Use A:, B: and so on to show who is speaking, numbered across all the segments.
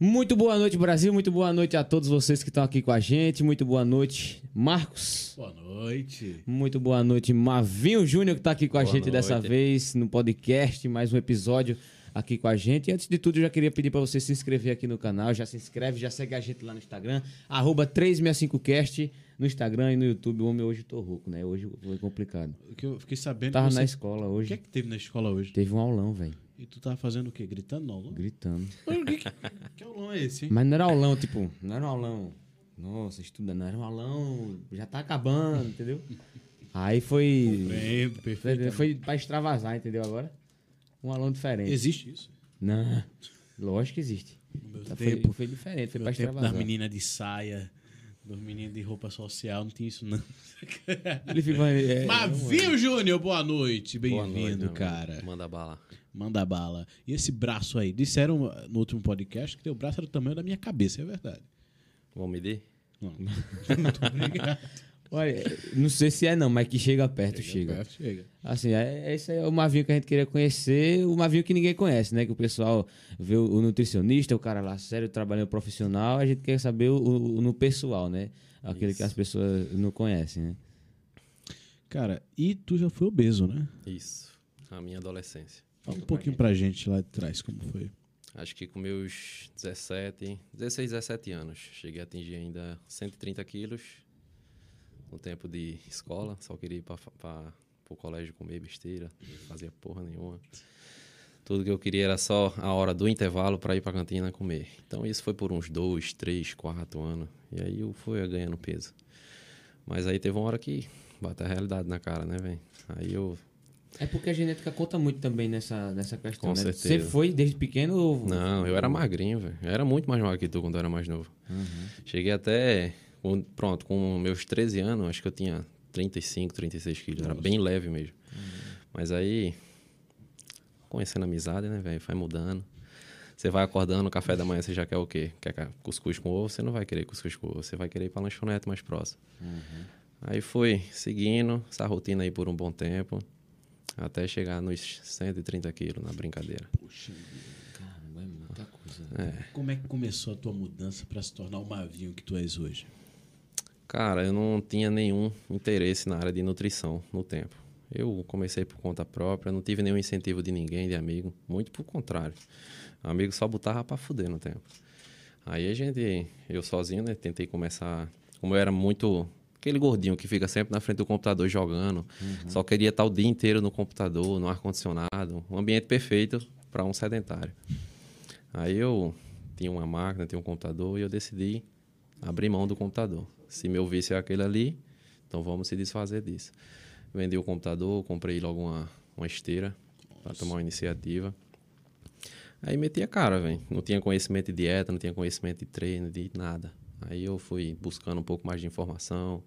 A: Muito boa noite, Brasil. Muito boa noite a todos vocês que estão aqui com a gente. Muito boa noite, Marcos.
B: Boa noite.
A: Muito boa noite, Mavinho Júnior, que está aqui com a
C: Boa
A: gente dessa
C: noite.
A: vez no podcast. Mais um episódio aqui com a gente. E antes de tudo, eu já queria pedir para você se inscrever aqui no canal. Já se inscreve, já segue a gente lá no Instagram. Arroba 365cast no Instagram e no YouTube. Homem, hoje eu tô rouco, né? Hoje foi complicado.
B: O que eu fiquei sabendo.
A: Tava
B: que você-
A: na escola
B: O que é
A: hoje.
B: que teve na escola hoje?
A: Teve um aulão, velho.
B: E tu tava fazendo o quê? Gritando no aulão?
A: Gritando.
B: Que aulão é esse, hein?
A: Mas não era aulão, tipo, não era um aulão. Nossa, estuda, não era um aulão, já tá acabando, entendeu? Aí foi.
B: Compreendo,
A: Foi,
B: perfeito.
A: foi pra extravasar, entendeu? Agora? Um aulão diferente.
B: Existe isso.
A: Não, lógico que existe.
B: No meu
A: Foi,
B: tempo,
A: foi diferente, foi
B: no
A: pra
B: meu tempo das
A: extravasar.
B: meninas de saia, das meninas de roupa social, não tinha isso não.
A: Ele ficou. É,
B: Mavinho Júnior, boa noite.
C: Boa noite,
B: Bem-vindo,
C: meu
B: cara.
C: amigo. Manda bala.
B: Manda bala. E esse braço aí? Disseram uh, no último podcast que teu braço era do tamanho da minha cabeça, é verdade.
C: Vamos medir?
B: Não. Muito obrigado.
A: Olha, não sei se é não, mas que chega perto, chega.
B: Perto, chega.
A: Assim, é, é isso aí é o Mavinho que a gente queria conhecer, o Mavinho que ninguém conhece, né? Que o pessoal vê o, o nutricionista, o cara lá sério, trabalhando profissional, a gente quer saber o, o- no pessoal, né? Aquele que as pessoas não conhecem, né?
B: Cara, e tu já foi obeso, né?
C: Isso. A minha adolescência.
B: Fala um pouquinho pra gente lá de trás como foi.
C: Acho que com meus 17, 16, 17 anos, cheguei a atingir ainda 130 quilos no tempo de escola. Só queria ir para o colégio comer besteira, não fazia porra nenhuma. Tudo que eu queria era só a hora do intervalo para ir para a cantina comer. Então isso foi por uns dois, três, quatro anos. E aí eu fui ganhando peso. Mas aí teve uma hora que bateu a realidade na cara, né, velho? Aí eu
A: É porque a genética conta muito também nessa, nessa questão,
C: Com
A: né?
C: certeza.
A: Você foi desde pequeno ou...
C: Não, eu era magrinho, velho. Eu era muito mais magro que tu quando eu era mais novo. Cheguei até. com- Pronto, com meus 13 anos, acho que eu tinha 35, 36 quilos. Era bem leve mesmo. Mas aí. Conhecendo a amizade, né, velho? Vai mudando. Você vai acordando, no café da manhã você já quer o quê? Quer ca- cuscuz com ovo? Você não vai querer cuscuz com ovo. Você vai querer ir pra lanchonete mais próximo. Aí fui seguindo essa rotina aí por um bom tempo. Até chegar nos 130 quilos na brincadeira.
B: Poxa,
A: Caramba, é muita coisa.
B: como é que começou a tua mudança pra se tornar o Mavinho que tu és hoje?
C: Cara, eu não tinha nenhum interesse na área de nutrição no tempo. Eu comecei por conta própria, não tive nenhum incentivo de ninguém, de amigo, muito pelo contrário. Amigo só botava pra fuder no tempo. Aí a gente, eu sozinho, né, tentei começar. Como eu era muito. Aquele gordinho que fica sempre na frente do computador jogando, só queria estar o dia inteiro no computador, no ar-condicionado, um ambiente perfeito para um sedentário. Aí eu tinha uma máquina, tinha um computador e eu decidi abrir mão do computador. Se meu vício é aquele ali, então vamos se desfazer disso. Vendi o computador, comprei logo uma, uma esteira para tomar uma iniciativa. Aí meti a cara, velho. Não tinha conhecimento de dieta, não tinha conhecimento de treino, de nada. Aí eu fui buscando um pouco mais de informação.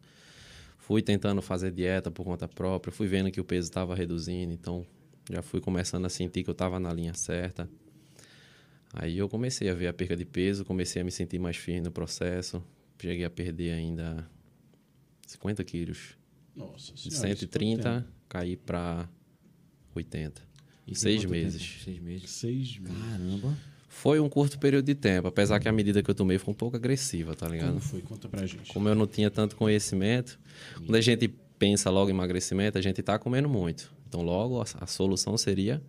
C: Fui tentando fazer dieta por conta própria, fui vendo que o peso estava reduzindo, então já fui começando a sentir que eu estava na linha certa. Aí eu comecei a ver a perca de peso, comecei a me sentir mais firme no processo. Cheguei a perder ainda 50 quilos.
B: Nossa senhora.
C: De
B: isso é quanto
C: 130, caí para 80.
A: E tem
C: Seis
A: quanto
C: meses.
A: tempo? Seis
B: tempo?
A: meses.
B: Seis
C: Tá
B: meses.
A: Caramba.
C: Foi um curto período de tempo, apesar que a medida que eu tomei foi um pouco agressiva, tá ligado?
B: Como foi? Conta pra gente.
C: Como eu não tinha tanto conhecimento, quando a gente pensa logo em emagrecimento, a gente está comendo muito. Então, logo, a, a solução seria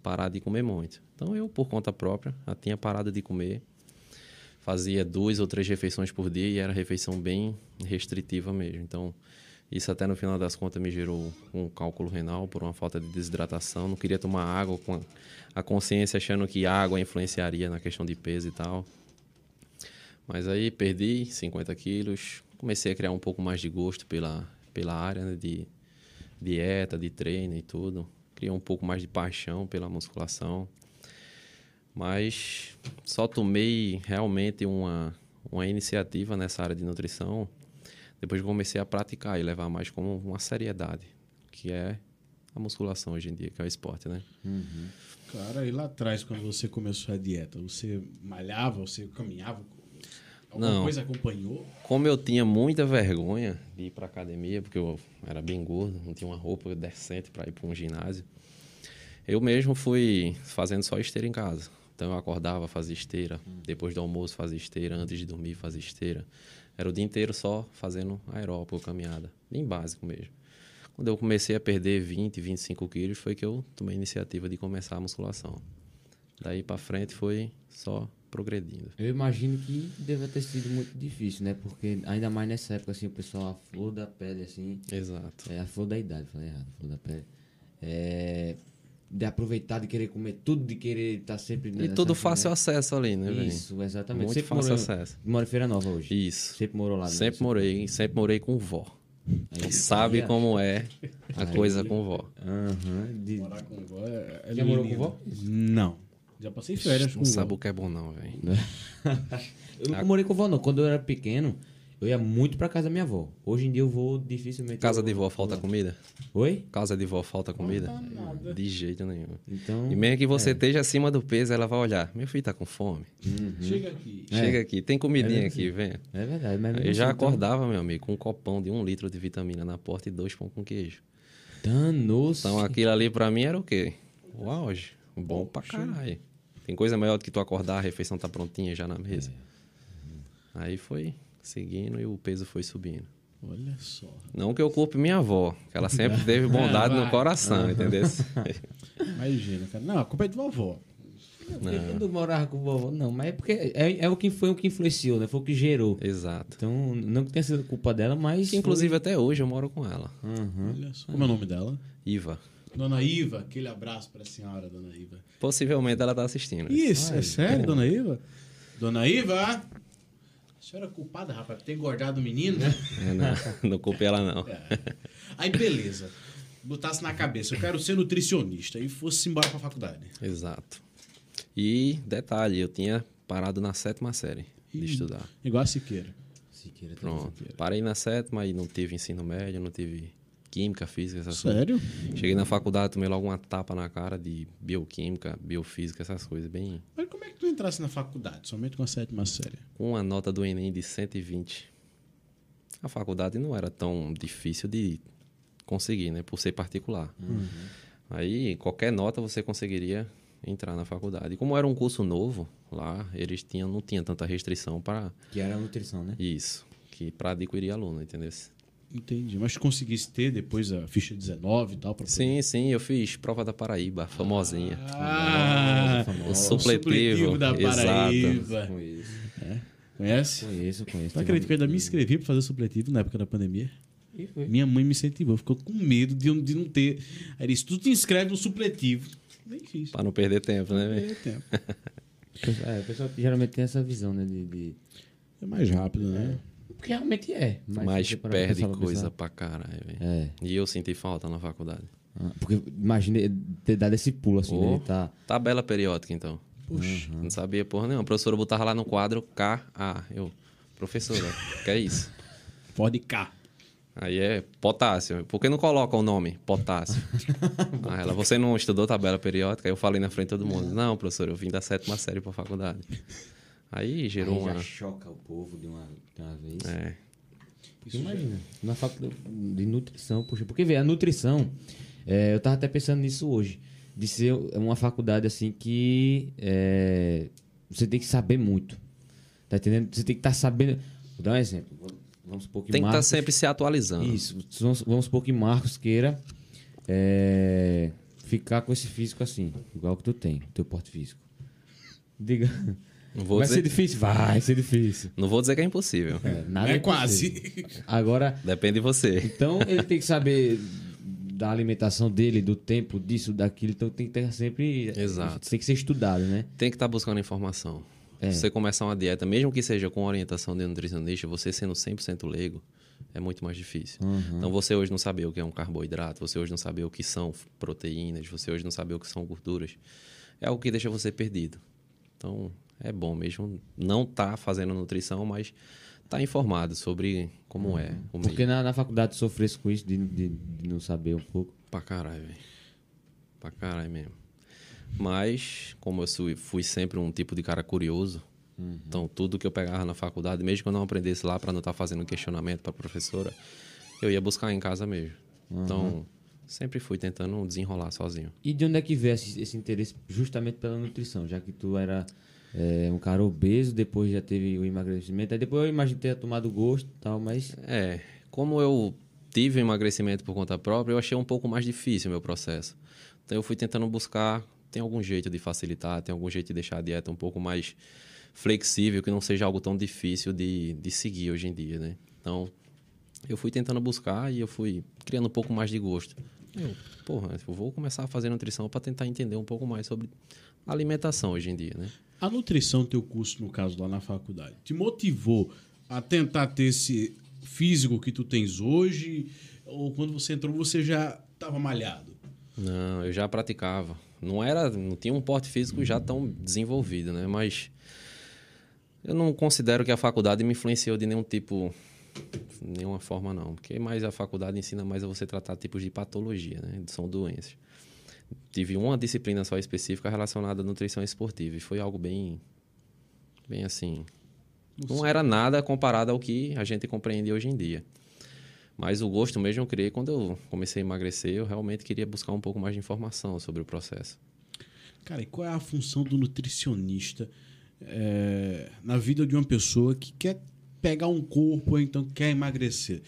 C: parar de comer muito. Então, eu, por conta própria, já tinha parado de comer. Fazia duas ou três refeições por dia e era refeição bem restritiva mesmo. Então, isso até no final das contas me gerou um cálculo renal por uma falta de desidratação. Não queria tomar água com a- a consciência achando que água influenciaria na questão de peso e tal. Mas aí perdi 50 quilos, comecei a criar um pouco mais de gosto pela, pela área né, de dieta, de treino e tudo. Criei um pouco mais de paixão pela musculação. Mas só tomei realmente uma, uma iniciativa nessa área de nutrição depois que comecei a praticar e levar mais como uma seriedade, que é a musculação hoje em dia, que é o esporte, né?
B: Cara, e lá atrás, quando você começou a dieta, você malhava, você caminhava? Alguma
C: Não.
B: coisa acompanhou?
C: Como eu tinha muita vergonha de ir para academia, porque eu era bem gordo, não tinha uma roupa decente para ir para um ginásio, eu mesmo fui fazendo só esteira em casa. Então eu acordava, fazia esteira. Depois do almoço, fazia esteira. Antes de dormir, fazia esteira. Era o dia inteiro só fazendo aeróbico, caminhada. Bem básico mesmo. Quando eu comecei a perder 20, 25 quilos, foi que eu tomei a iniciativa de começar a musculação. Daí para frente foi só progredindo.
A: Eu imagino que deve ter sido muito difícil, né? Porque ainda mais nessa época, assim, o pessoal, a flor da pele, assim.
C: Exato.
A: É a flor da idade, falei errado, a flor da pele. É, de aproveitar, de querer comer tudo, de querer estar sempre.
C: E
A: nessa
C: tudo
A: vida,
C: fácil
A: né?
C: acesso ali, né, velho?
A: Isso, exatamente.
C: Muito
A: sempre
C: fácil
A: morou,
C: acesso.
A: Mora em Feira Nova hoje.
C: Isso.
A: Sempre morou lá. né?
C: Sempre morei, sempre morei com vó.
A: Aí,
C: Sabe
A: aí,
C: como é a coisa com vó.
A: Aham. de-
B: Morar com vó é, é
A: Já morou com
B: menino.
A: vó?
B: Não. Já passei férias com
C: Não sabe o
B: vó.
C: que é bom não, velho.
A: Né? eu nunca morei com vó, não. Quando eu era pequeno, eu ia muito pra casa da minha avó. Hoje em dia eu vou dificilmente.
C: Casa
A: eu-
C: de vó falta comida?
A: Oi?
C: Casa de vó falta comida? De jeito nenhum.
A: Então.
C: E mesmo que você esteja acima do peso, ela vai olhar. Meu filho tá com fome. Uhum.
B: Chega aqui.
C: Chega aqui, tem comidinha aqui, venha.
A: É verdade, mas.
C: Eu
A: mesmo
C: já
A: assim,
C: acordava, meu amigo, com um copão de um litro de vitamina na porta e dois pão com queijo.
A: Danos.
C: Então aquilo ali pra mim era o quê? O auge. Bom pra caralho. Tem coisa melhor do que tu acordar, a refeição tá prontinha já na mesa. Aí foi seguindo e o peso foi subindo.
B: Olha só.
C: Não que eu culpe minha avó, que ela sempre teve bondade no
B: vai.
C: coração, entendeu?
B: Imagina, cara. Não, a culpa é de vovó.
A: Quando eu morava com vovó, não, mas é porque é, é o que foi o que influenciou, né? Foi o que gerou.
C: Exato.
A: Então, não que tenha sido culpa dela, mas.
C: Inclusive até hoje eu moro com ela. Uhum.
B: Olha só. Como é o nome dela?
C: Iva.
B: Dona Iva. Aquele abraço pra senhora, Dona Iva.
C: Possivelmente ela tá assistindo.
B: Isso, é sério, Dona Iva? Dona Iva! A senhora é culpada, rapaz, por ter engordado o menino, né?
C: É, não, não culpe ela não.
B: É. Aí, beleza. Botasse na cabeça, eu quero ser nutricionista. E fosse embora pra faculdade.
C: Exato. E detalhe, eu tinha parado na sétima série de estudar.
B: Igual a Siqueira.
A: Siqueira tá-
C: Pronto. Parei na sétima e não tive ensino médio, não tive química, física, essas coisas. Cheguei na faculdade, tomei logo uma tapa na cara de bioquímica, biofísica, essas coisas, bem.
B: Mas como é que tu entrasse na faculdade? Somente com a sétima série.
C: Com uma nota do Enem de 120. A faculdade não era tão difícil de conseguir, né? Por ser particular. Aí, qualquer nota você conseguiria entrar na faculdade. E como era um curso novo lá, eles tinham, não tinham tanta restrição para
A: Que era a nutrição, né?
C: isso, que para adquirir aluno, entendeu?
B: Entendi. Mas tu conseguisse ter depois a ficha 19 e tal? Pra poder-
C: Sim, sim, eu fiz prova da Paraíba, a famosinha.
B: Ah,
C: o supletivo.
B: da Paraíba.
C: Exato.
A: Conheço,
B: Conhece?
A: conheço, conheço.
B: Tu acredita que eu ainda me inscrevi pra fazer supletivo na época da pandemia?
A: E foi.
B: Minha mãe me incentivou, ficou com medo de, eu- de não ter. Aí disse: tu te inscreve no supletivo. Nem fiz.
C: Para não perder tempo, né? velho?
B: É, tempo.
A: É, o pessoal geralmente tem essa visão, né? De, de...
B: é mais rápido, né?
A: Porque realmente é. Mas,
C: Mas
A: se você parar pra
C: perde
A: pensar, pra
C: coisa
A: pensar-
C: pra caralho, velho.
A: É.
C: E eu senti falta na faculdade.
A: Ah, Porque imagina ter dado esse pulo, assim,
C: Ô.
A: né? Ele tá.
C: Tabela periódica, então.
B: Puxa.
C: Não sabia porra nenhuma. A professora botava lá no quadro KA. Eu, professora, que é isso?
B: Ford K.
C: Aí é potássio. Por que não coloca o nome? Potássio. Aí ela, você não estudou tabela periódica? Aí eu falei na frente de todo mundo. Não, professor, eu vim da sétima série pra faculdade. Aí gerou
A: Aí já
C: uma... né?
A: choca o povo de uma, de uma vez.
C: É,
A: Isso Imagina, na faculdade de nutrição, puxa, porque vê, a nutrição, é, eu tava até pensando nisso hoje, de ser uma faculdade assim que é, você tem que saber muito, tá entendendo? Você tem que estar sabendo, vou dar um exemplo, vamos supor que
C: tem que tá estar
A: Marcos-
C: sempre se atualizando.
A: isso, vamos, vamos supor que Marcos queira é, ficar com esse físico assim, igual que tu tem, teu porte físico. Diga,
C: Não vou
A: vai
C: dizer-
A: ser difícil? Vai ser difícil.
C: Não vou dizer que é impossível.
A: Nada
B: é
A: possível.
B: quase.
A: Agora,
C: Depende de você.
A: Então ele tem que saber da alimentação dele, do tempo, disso, daquilo. Então tem que ter sempre.
C: Exato.
A: Tem que ser estudado, né?
C: Tem que estar buscando informação. Se você começar uma dieta, mesmo que seja com orientação de nutricionista, você sendo 100% leigo, é muito mais difícil. Então, você hoje não saber o que é um carboidrato, você hoje não saber o que são proteínas, você hoje não saber o que são gorduras, é algo que deixa você perdido. Então, é bom mesmo não estar fazendo nutrição, mas estar informado sobre como é o meio.
A: Porque na, na faculdade sofresse com isso de, de- de não saber um pouco.
C: Pra caralho, velho. Pra caralho mesmo. Mas, como eu sui- fui sempre um tipo de cara curioso, então tudo que eu pegava na faculdade, mesmo que eu não tá aprendesse lá pra não estar fazendo questionamento pra professora, eu ia buscar em casa mesmo. Então, Sempre fui tentando desenrolar sozinho.
A: E de onde é que veio esse, esse interesse justamente pela nutrição? Já que tu era é, um cara obeso, depois já teve o emagrecimento. Aí depois eu imagino que tenha tomado gosto e tal, mas...
C: É, como eu tive um emagrecimento por conta própria, eu achei um pouco mais difícil o meu processo. Então eu fui tentando buscar, tem algum jeito de facilitar, tem algum jeito de deixar a dieta um pouco mais flexível, que não seja algo tão difícil de, de seguir hoje em dia, né? Então, eu fui tentando buscar e eu fui criando um pouco mais de gosto. Eu, porra, eu vou começar a fazer nutrição para tentar entender um pouco mais sobre alimentação hoje em dia, né?
B: A nutrição, teu curso, no caso, lá na faculdade, te motivou a tentar ter esse físico que tu tens hoje? Ou quando você entrou, você já estava malhado?
C: Não, eu já praticava. Não era, não tinha um porte físico já tão desenvolvido, né? Mas eu não considero que a faculdade me influenciou de nenhum tipo, nenhuma forma não, porque mais a faculdade ensina mais a você tratar tipos de patologia, né? São doenças. Tive uma disciplina só específica relacionada à nutrição esportiva e foi algo bem bem assim. Não era nada comparado ao que a gente compreende hoje em dia. Mas o gosto mesmo eu criei quando eu comecei a emagrecer, eu realmente queria buscar um pouco mais de informação sobre o processo.
B: Cara, e qual é a função do nutricionista é, na vida de uma pessoa que quer pegar um corpo, ou então quer emagrecer?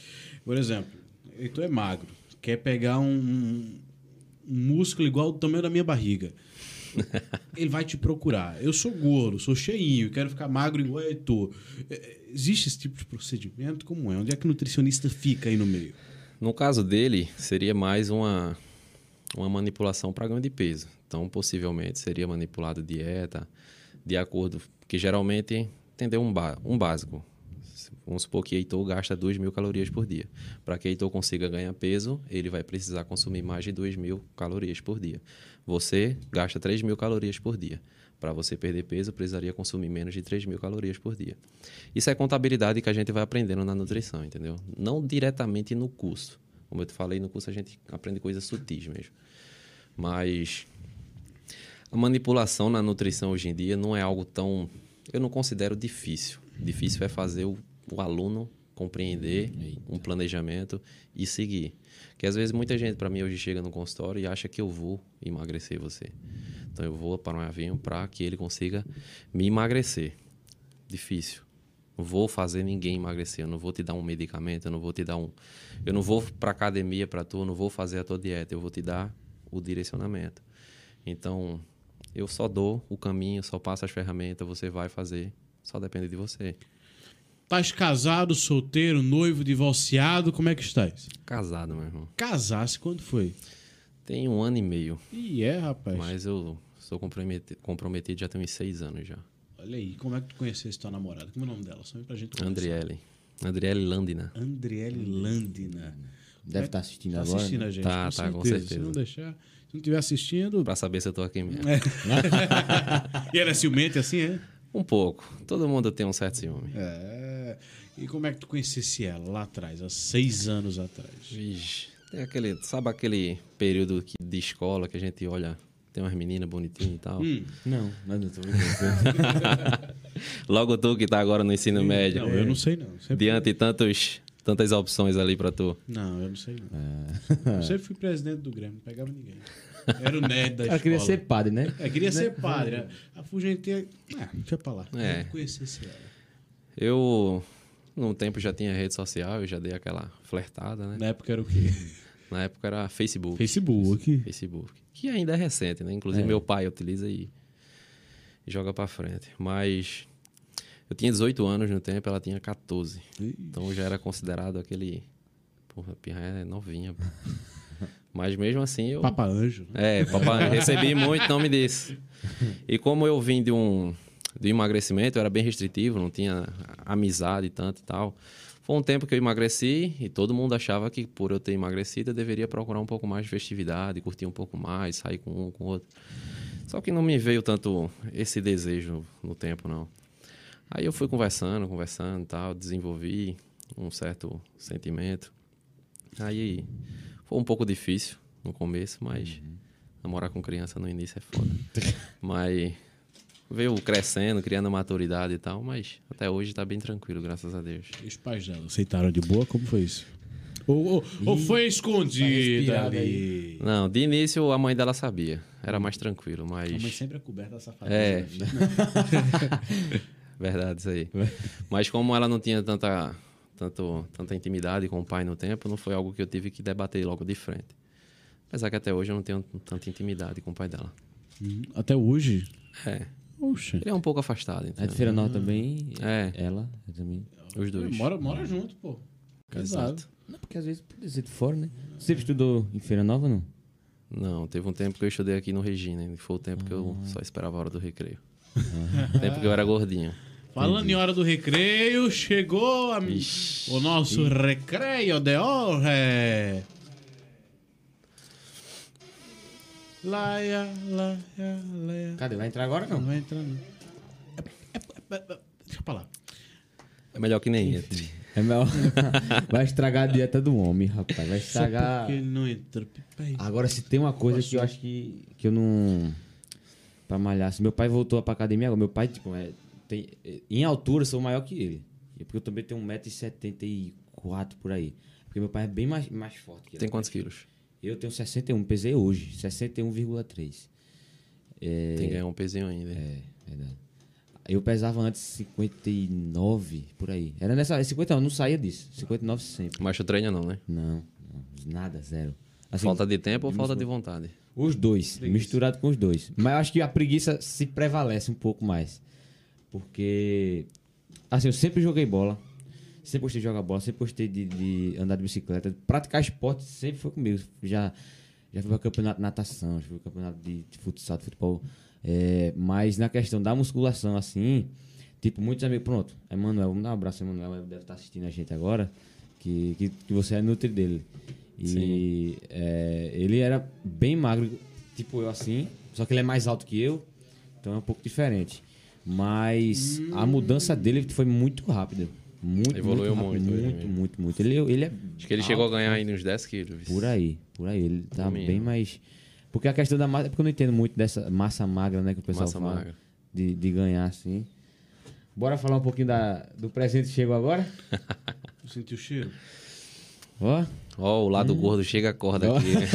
B: Por exemplo, então é magro, quer pegar um, um músculo igual ao tamanho da minha barriga. Ele vai te procurar. Eu sou gordo, sou cheinho, quero ficar magro igual eu tô. É, Existe esse tipo de procedimento? Como é? Onde é que o nutricionista fica aí no meio?
C: No caso dele, seria mais uma, uma manipulação para ganho de peso. Então, possivelmente, seria manipulado dieta, de acordo, que geralmente entender um, um básico. Vamos supor que Heitor gasta 2 mil calorias por dia. Para que Heitor consiga ganhar peso, ele vai precisar consumir mais de 2 mil calorias por dia. Você gasta 3 mil calorias por dia. Para você perder peso, precisaria consumir menos de 3 mil calorias por dia. Isso é contabilidade que a gente vai aprendendo na nutrição, entendeu? Não diretamente no curso. Como eu te falei, no curso a gente aprende coisas sutis mesmo. Mas a manipulação na nutrição hoje em dia não é algo tão. Eu não considero difícil. Difícil é fazer o, o aluno compreender um planejamento e seguir. Que às vezes muita gente para mim hoje chega no consultório e acha que eu vou emagrecer você. Então eu vou para um avião para que ele consiga me emagrecer. Difícil. Não vou fazer ninguém emagrecer, eu não vou te dar um medicamento, eu não vou te dar um eu não vou para academia para tu, eu não vou fazer a tua dieta, eu vou te dar o direcionamento. Então, eu só dou o caminho, só passo as ferramentas, você vai fazer. Só depende de você.
B: Estás casado, solteiro, noivo, divorciado, como é que estás?
C: Casado, meu irmão.
B: Casasse quando foi?
C: Tem um ano e meio,
B: E é, rapaz.
C: mas eu sou comprometido, comprometido já tem uns seis anos já.
B: Olha aí, como é que tu conhecesse tua namorada? Como é o nome dela? Só pra gente
C: Andriele. Andriele Landina.
B: Andriele Landina.
A: Deve estar assistindo
B: Tá
A: agora.
B: assistindo
A: né?
B: a gente.
C: Tá, tá, com
B: Se
C: certeza.
B: não deixar, se não estiver assistindo.
C: Pra saber se eu tô aqui mesmo.
B: e ela é ciumente assim, é?
C: Um pouco. Todo mundo tem um certo ciúme.
B: É. E como é que tu conhecesse ela lá atrás, há seis anos atrás?
C: Vixe. Tem aquele, sabe aquele período que- de escola que a gente olha, tem umas meninas bonitinhas e tal.
B: Hum.
A: Não, mas não tô brincando.
C: Logo tu que tá agora no ensino médio.
B: Não, eu não sei não. Sempre-
C: Diante de tantos, tantas opções ali pra tu.
B: Não, eu não sei não.
C: É.
B: Eu sempre fui presidente do Grêmio, não pegava ninguém. Era o nerd da
A: Ela
B: escola.
A: queria ser padre, né?
B: É, queria ser padre. né? A Fugenteira. Ah, deixa pra lá.
C: É.
B: Eu conhecesse ela.
C: Eu, num tempo, já tinha rede social, eu já dei aquela flertada, né?
B: Na época era o quê?
C: Na época era Facebook.
B: Facebook.
C: Facebook. Que ainda é recente, né? Inclusive meu pai utiliza e e joga pra frente. Mas eu tinha 18 anos no tempo, ela tinha 14. Então eu já era considerado aquele. Porra, pirranha é novinha. pô. Mas mesmo assim eu.
B: Papa Anjo. né?
C: É, papai, recebi muito nome desse. E como eu vim de um, de um emagrecimento, eu era bem restritivo, não tinha amizade tanto e tal. Foi um tempo que eu emagreci e todo mundo achava que por eu ter emagrecido eu deveria procurar um pouco mais de festividade, curtir um pouco mais, sair com um, com outro. Só que não me veio tanto esse desejo no tempo, não. Aí eu fui conversando, conversando e tal, desenvolvi um certo sentimento. Aí foi um pouco difícil no começo, mas namorar com criança no início é foda. mas veio crescendo, criando maturidade e tal, mas até hoje tá bem tranquilo, graças a Deus.
B: E os pais dela aceitaram de boa? Como foi isso? tá Ou, ou- ou foi
A: respirada
B: escondida ali.
C: Não, de início a mãe dela sabia. Era mais tranquilo, mas.
B: A mãe sempre é coberta da safadeza.
C: É.
B: né, filho?
C: Verdade, isso aí. Mas como ela não tinha tanta, tanto, tanta intimidade com o pai no tempo, não foi algo que eu tive que debater logo de frente. Apesar que até hoje eu não tenho tanta intimidade com o pai dela.
B: Hum, Até hoje.
C: É.
B: Oxe.
C: Ele é um pouco afastado,
A: A
C: entendeu?
A: de Feira Nova também.
C: Ah. É.
A: Ela eu também.
C: Os dois.
B: Mora, mora junto, pô. Casado.
A: Não, porque às vezes pode ser de fora, né? Você sempre estudou em Feira Nova, não?
C: Não, teve um tempo que eu estudei aqui no Regina, e foi o tempo que eu só esperava a hora do recreio. tempo que eu era gordinho.
B: Falando em hora do recreio, chegou a- o nosso recreio de honra. Laia, laia, laia.
A: Cadê? Vai entrar agora
B: Não vai entrar, não. É- é- é- é- deixa pra lá.
C: É melhor que nem entre.
A: É melhor. Vai estragar a dieta do homem, rapaz. Vai
B: Só
A: estragar.
B: porque ele não entrou. Peraí.
A: Agora, se tem uma coisa que eu acho que, que eu não. Pra malhar. Se meu pai voltou pra academia agora, meu pai, tipo, é, tem, é, em altura, eu sou maior que ele. É porque eu também tenho 1,74m por aí. Porque meu pai é bem mais, mais forte que ele.
C: Tem quantos quilos?
A: Eu tenho 61, pesei hoje, 61,3.
C: Tem que ganhar um pezinho ainda.
A: É, verdade. Eu pesava antes 59, por aí. Era nessa. 50 eu não saía disso. 59 sempre.
C: Mas tu treina não, né?
A: Não, não nada, zero. Assim,
C: Falta de tempo ou falta de vontade?
A: Os dois, misturado com os dois. Mas eu acho que a preguiça se prevalece um pouco mais. Porque, assim, eu sempre joguei bola. Sempre gostei de jogar bola, sempre gostei de, de andar de bicicleta. Praticar esporte sempre foi comigo. Já, já fui para campeonato de natação, já fui para campeonato de, de futsal, de futebol. É, mas na questão da musculação, assim, tipo, muitos amigos. Pronto, Emanuel, vamos dar um abraço, Emanuel deve estar assistindo a gente agora, que, que, que você é nutri dele. E é, ele era bem magro, tipo eu assim, só que ele é mais alto que eu, então é um pouco diferente. Mas a mudança dele foi muito rápida. Muito,
C: Evoluiu
A: muito, rápido,
C: muito,
A: muito,
C: né?
A: muito, muito, Ele, ele é
C: Acho que ele chegou a ganhar ainda uns 10 quilos.
A: por aí, por aí. Ele tá
C: Homem,
A: bem
C: né?
A: mais. Porque a questão da massa. Porque eu não entendo muito dessa massa magra, né? Que o pessoal
C: Massa
A: fala.
C: magra.
A: De, de ganhar, assim. Bora falar um pouquinho da, do presente que chegou agora?
B: Tu sentiu o cheiro?
A: Ó.
C: Ó, o lado gordo chega a corda aqui. né?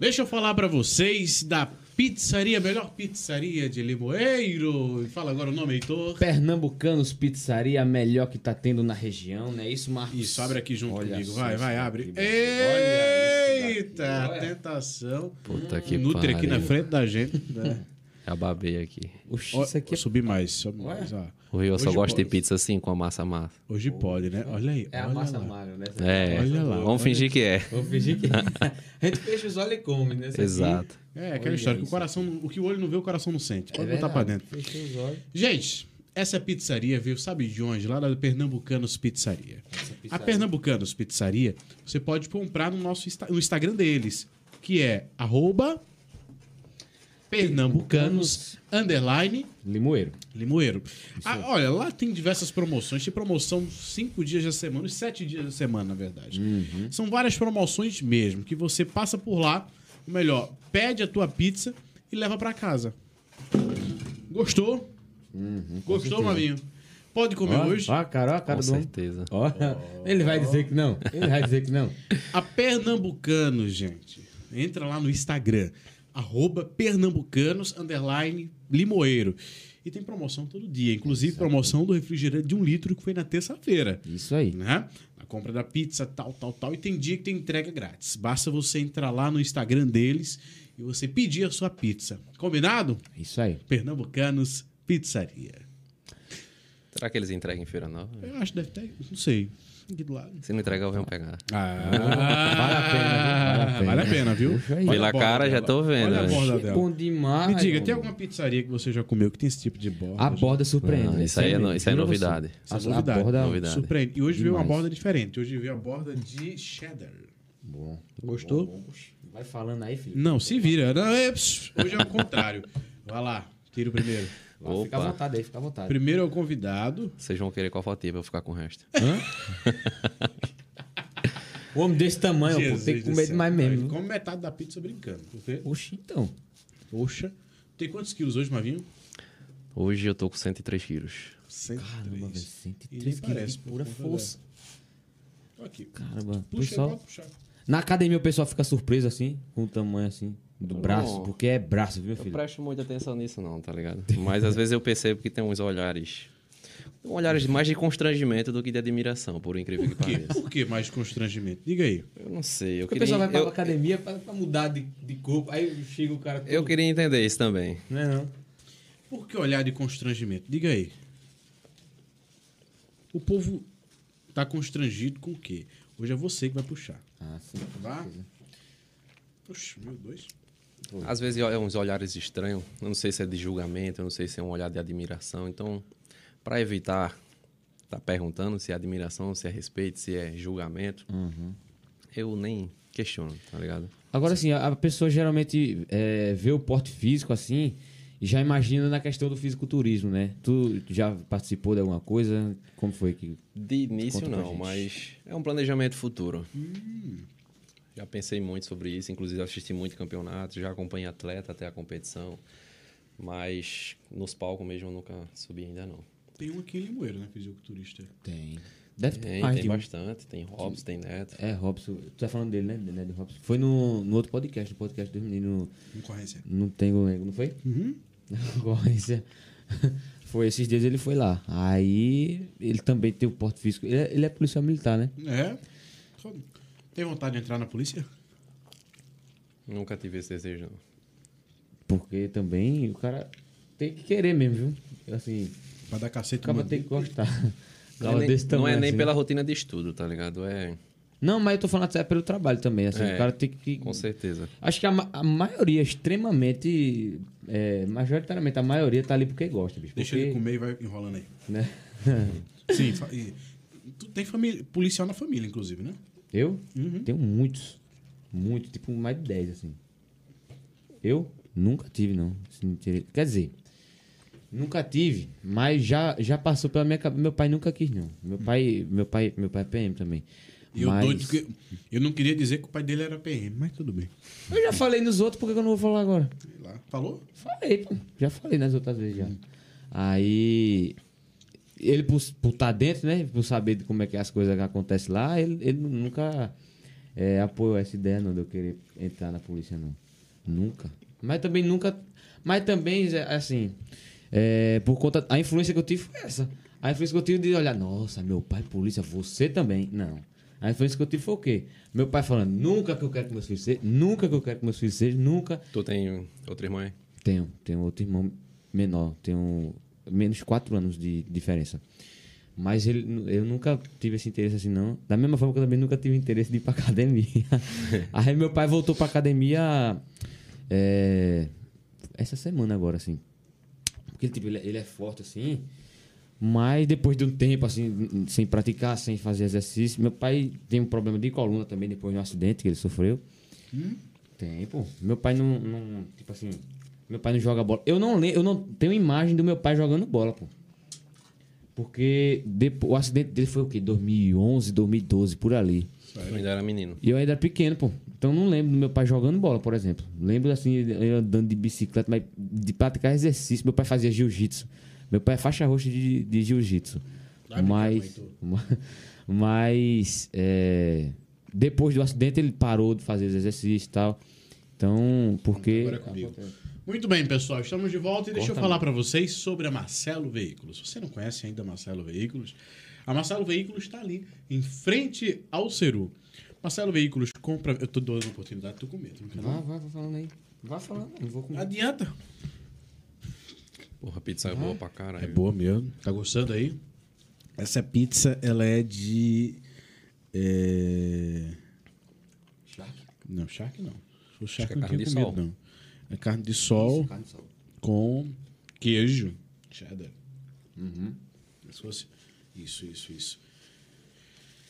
B: Deixa eu falar pra vocês da pizzaria, melhor pizzaria de Limoeiro. Fala agora o nome, Heitor.
A: Pernambucanos Pizzaria, a melhor que tá tendo na região, né? Isso, Marcos?
B: Isso, abre aqui junto
A: Olha
B: comigo.
A: só
B: Vai,
A: isso
B: vai,
A: daqui,
B: abre.
A: meu filho. Olha isso daqui,
B: Eita,
A: olha.
B: tentação.
C: Puta que
B: Nutri aqui na
C: pariu.
B: frente da gente. Né?
C: Já babei aqui.
A: Oxi,
B: Ó,
A: isso aqui é.
B: Subir mais, sobe mais. ó.
C: O Rio só
B: Hoje
C: gosta
B: pode.
C: de pizza assim, com a massa massa.
B: Hoje pode, né? Olha aí.
A: É a
B: olha
A: massa
B: lá.
A: magra, né?
C: É,
B: Olha lá,
C: vamos
B: olha
C: fingir que é.
A: Vou fingir que. a gente fecha os olhos e come, né? Isso aqui-
C: Exato.
B: É, aquela
A: Olha
B: história que o
A: isso.
B: coração, não- o que o olho não vê, o coração não sente.
A: É
B: Pode botar pra
A: verdade.
B: dentro.
A: Fechou os olhos.
B: Gente, essa pizzaria veio, sabe de onde? Lá da Pernambucanos Pizzaria. A Pernambucanos Pizzaria, você pode comprar no nosso Insta- no Instagram deles, que é arroba Pernambucanos underline
A: Limoeiro.
B: Limoeiro. Ah, olha, lá tem diversas promoções. Tem promoção cinco dias da semana, e sete dias da semana, na verdade.
A: Uhum.
B: São várias promoções mesmo, que você passa por lá, ou melhor, pede a tua pizza e leva pra casa. Gostou? Gostou, maminho? Pode comer
A: Uhum, Ó,
B: hoje.
A: ó a cara, ó a cara
C: Com
A: do homem.
C: certeza.
A: Ó, ele vai dizer que não. Ele vai dizer que não.
B: A Pernambucanos, gente. Entra lá no Instagram, arroba Pernambucanos, underline, Limoeiro. E tem promoção todo dia, inclusive promoção do refrigerante de um litro que foi na terça-feira.
A: Isso aí.
B: né? Na compra da pizza, tal, tal, tal. E tem dia que tem entrega grátis. Basta você entrar lá no Instagram deles e você pedir a sua pizza. Combinado?
A: Isso aí.
B: Pernambucanos Pizzaria.
C: Será que eles entregam em feira nova?
B: Eu acho que deve ter, não sei. Aqui do lado.
C: Se não entregar, eu venho pegar.
A: a pena, viu? Ah, Vale a
B: Ah, Vale a pena, viu?
A: Puxa aí.
B: Olha a
C: Pela
B: borda
C: cara, já
B: dela.
C: tô vendo, né?
B: Olha a borda
C: velho.
A: Que bom
B: dela.
A: demais.
B: Me diga, tem
A: homem.
B: alguma pizzaria que você já comeu que tem esse tipo de borda?
A: A borda surpreende.
C: Não,
A: né?
C: isso aí é
A: Sempre.
C: no- isso aí é
A: Juro você.
C: novidade.
B: Isso é
A: A- a
B: novidade.
A: borda-
C: Novidade.
B: Surpreende. E hoje veio uma
A: Demais.
B: borda diferente. Hoje veio a borda de cheddar.
A: Bom.
B: Gostou?
A: Bom, puxa. Vai falando aí, filho.
B: Não, se vira. Não, é, pss, hoje é o contrário. Vai lá, tira o primeiro.
A: Vai, Fica à
C: Opa.
A: vontade aí, fica à vontade.
B: Primeiro é o convidado.
C: Vocês vão querer qual fatia pra eu ficar com o resto.
A: O homem desse tamanho, pô,
B: Jesus
A: tem que
B: do
A: comer
B: céu.
A: demais
B: Ele
A: mesmo. viu?
B: come metade da pizza brincando. Porque,
A: Oxi, então.
B: poxa, tem quantos quilos hoje, Mavinho?
C: Hoje eu tô com 103 quilos.
A: Caramba, velho.
B: 103.
A: 103
B: E nem
A: quilos
B: parece,
A: de pura
B: por conta
A: força.
B: Aqui.
A: Caramba,
B: Puxa,
A: pessoal-
B: pode puxar.
A: Na academia o pessoal fica surpreso assim, com o tamanho assim, do braço, porque é braço, viu,
C: Eu
A: filho?
C: presto muita atenção nisso, não, tá ligado? Mas às vezes eu percebo que tem uns olhares. Olhares mais de constrangimento do que de admiração, por incrível que
B: Por quê?
C: pareça.
B: Por que mais constrangimento? Diga aí.
C: Eu não sei. Eu
A: Porque o
C: queria,
A: pessoal vai pra
C: eu,
A: academia pra, pra mudar de, de corpo, aí chega o cara. todo-
C: eu queria entender isso também.
A: Não é não?
B: Por que olhar de constrangimento? Diga aí. O povo tá constrangido com o quê? Hoje é você que vai puxar.
A: Ah, sim.
B: Vá. Oxe, meu dois.
C: Às vezes é uns olhares estranhos. Eu não sei se é de julgamento, eu não sei se é um olhar de admiração. Então, para evitar tá perguntando se é admiração, se é respeito, se é julgamento, eu nem questiono, tá ligado?
A: Agora sim, a a pessoa geralmente é, vê o porte físico assim e já imagina na questão do fisiculturismo, né? Tu já participou de alguma coisa? Como foi que.
C: De início
A: Conta pra
C: não,
A: gente.
C: mas é um planejamento futuro. Já pensei muito sobre isso, inclusive assisti muito campeonato, já acompanhei atleta até a competição, mas nos palcos mesmo eu nunca subi ainda não.
B: Tem um aqui em Limoeiro, né? Fisiculturista.
A: Tem. Deve ter
C: Tem,
A: mais
C: tem
A: de um.
C: bastante, tem Hobbs, tem Neto.
A: É, Robson. Tu tá falando dele, né? De- né, De Robson. Foi no, no outro podcast, no podcast dos meninos.
B: Concorrência.
A: Não tem golengo, não foi?
B: Uhum.
A: Concorrência. Foi esses dias ele foi lá. Aí ele também tem o porte físico. Ele é, ele é policial militar, né?
B: É. Só- Tem vontade de entrar na polícia?
C: Nunca tive esse desejo não.
A: Porque também o cara tem que querer mesmo, viu? Assim,
B: Pra dar cacete
A: acaba
B: no
A: tem que
B: bandido?
A: gostar.
C: Não
A: Acaba
C: é, nem,
A: desse
C: não é
A: tamanho,
C: nem
A: assim,
C: pela
A: né?
C: rotina de estudo, tá ligado? É,
A: Não, mas eu tô falando até pelo trabalho também. Assim,
C: É,
A: o cara tem que.
C: com certeza.
A: Acho que a, ma- a maioria, extremamente. é, majoritariamente, a maioria tá ali porque gosta, bicho.
B: Deixa
A: porque,
B: ele comer e vai enrolando aí.
A: Né?
B: Sim. fa- e- tu tem família, policial na família, inclusive, né?
A: Eu
B: Uhum.
A: tenho muitos. Muitos, tipo mais de 10, assim. Eu nunca tive, não. esse interesse. Quer dizer, nunca tive, mas já, já passou pela minha cabeça. Meu pai nunca quis, não. Meu pai, meu pai, meu pai é PM também.
B: E eu
A: mas...
B: doido que. Eu não queria dizer que o pai dele era PM, mas tudo bem.
A: Eu já falei nos outros, por que que eu não vou falar agora?
B: Sei lá. Falou?
A: Falei, pô. Já falei nas outras vezes já. Aí. Ele, por estar dentro, né? Por saber de como é que as coisas que acontecem lá, ele, ele nunca é, apoiou essa ideia, não, de eu querer entrar na polícia, não. Nunca. Mas também nunca. Mas também, Zé, assim. é, por conta. A influência que eu tive foi essa. A influência que eu tive de olhar, nossa, meu pai, é polícia, você também. Não. A influência que eu tive foi o quê? Meu pai falando, nunca que eu quero que meus filhos sejam, nunca que eu quero que meus filhos sejam, nunca.
C: Tu tem outra irmã aí?
A: Tenho, tenho outro irmão menor, tenho menos 4 anos de diferença. Mas ele, eu nunca tive esse interesse assim, não. Da mesma forma que eu também nunca tive interesse de ir pra academia. Aí meu pai voltou pra academia é, essa semana agora, assim. Porque tipo, ele, é- ele é forte assim, mas depois de um tempo, assim, sem praticar, sem fazer exercício, meu pai tem um problema de coluna também depois de um acidente que ele sofreu. Tem, pô. Meu pai não, não- Tipo assim. Meu pai não joga bola. Eu não lembro, eu não tenho imagem do meu pai jogando bola, pô. Porque depois, o acidente dele foi o quê? 2011, 2012, por ali.
C: Eu ainda era menino.
A: E eu ainda era pequeno, pô. Então não lembro do meu pai jogando bola, por exemplo. Lembro assim, eu andando de bicicleta, mas de praticar exercício. Meu pai fazia jiu-jitsu. Meu pai é faixa roxa de, de jiu-jitsu.
B: Vai brincar, pai,
A: Mas.
B: é tu.
A: Mas. é, depois do acidente ele parou de fazer os exercícios e tal. Então, porque.
B: Agora é comigo. Muito bem, pessoal, estamos de volta e deixa eu
A: Corta,
B: falar para vocês sobre a Marcelo Veículos. Se você não conhece ainda a Marcelo Veículos, a Marcelo Veículos está ali, em frente ao Ceru. Marcelo Veículos compra. Eu tô dando uma oportunidade, tô com medo. Não quero não.
A: Vá, vá, vá falando aí. Vá falando, não vou comer.
B: Adianta.
C: Porra, a pizza é boa pra caralho.
B: É boa mesmo. Tá gostando aí? Essa pizza, ela é de. É... Não, charque não. O
C: Acho que
B: charque
C: é
B: não
C: carne
B: tinha
C: de
B: comido,
C: sol.
B: não. É carne de sol com queijo. Cheddar. Uhum. Se fosse... Isso, isso, isso.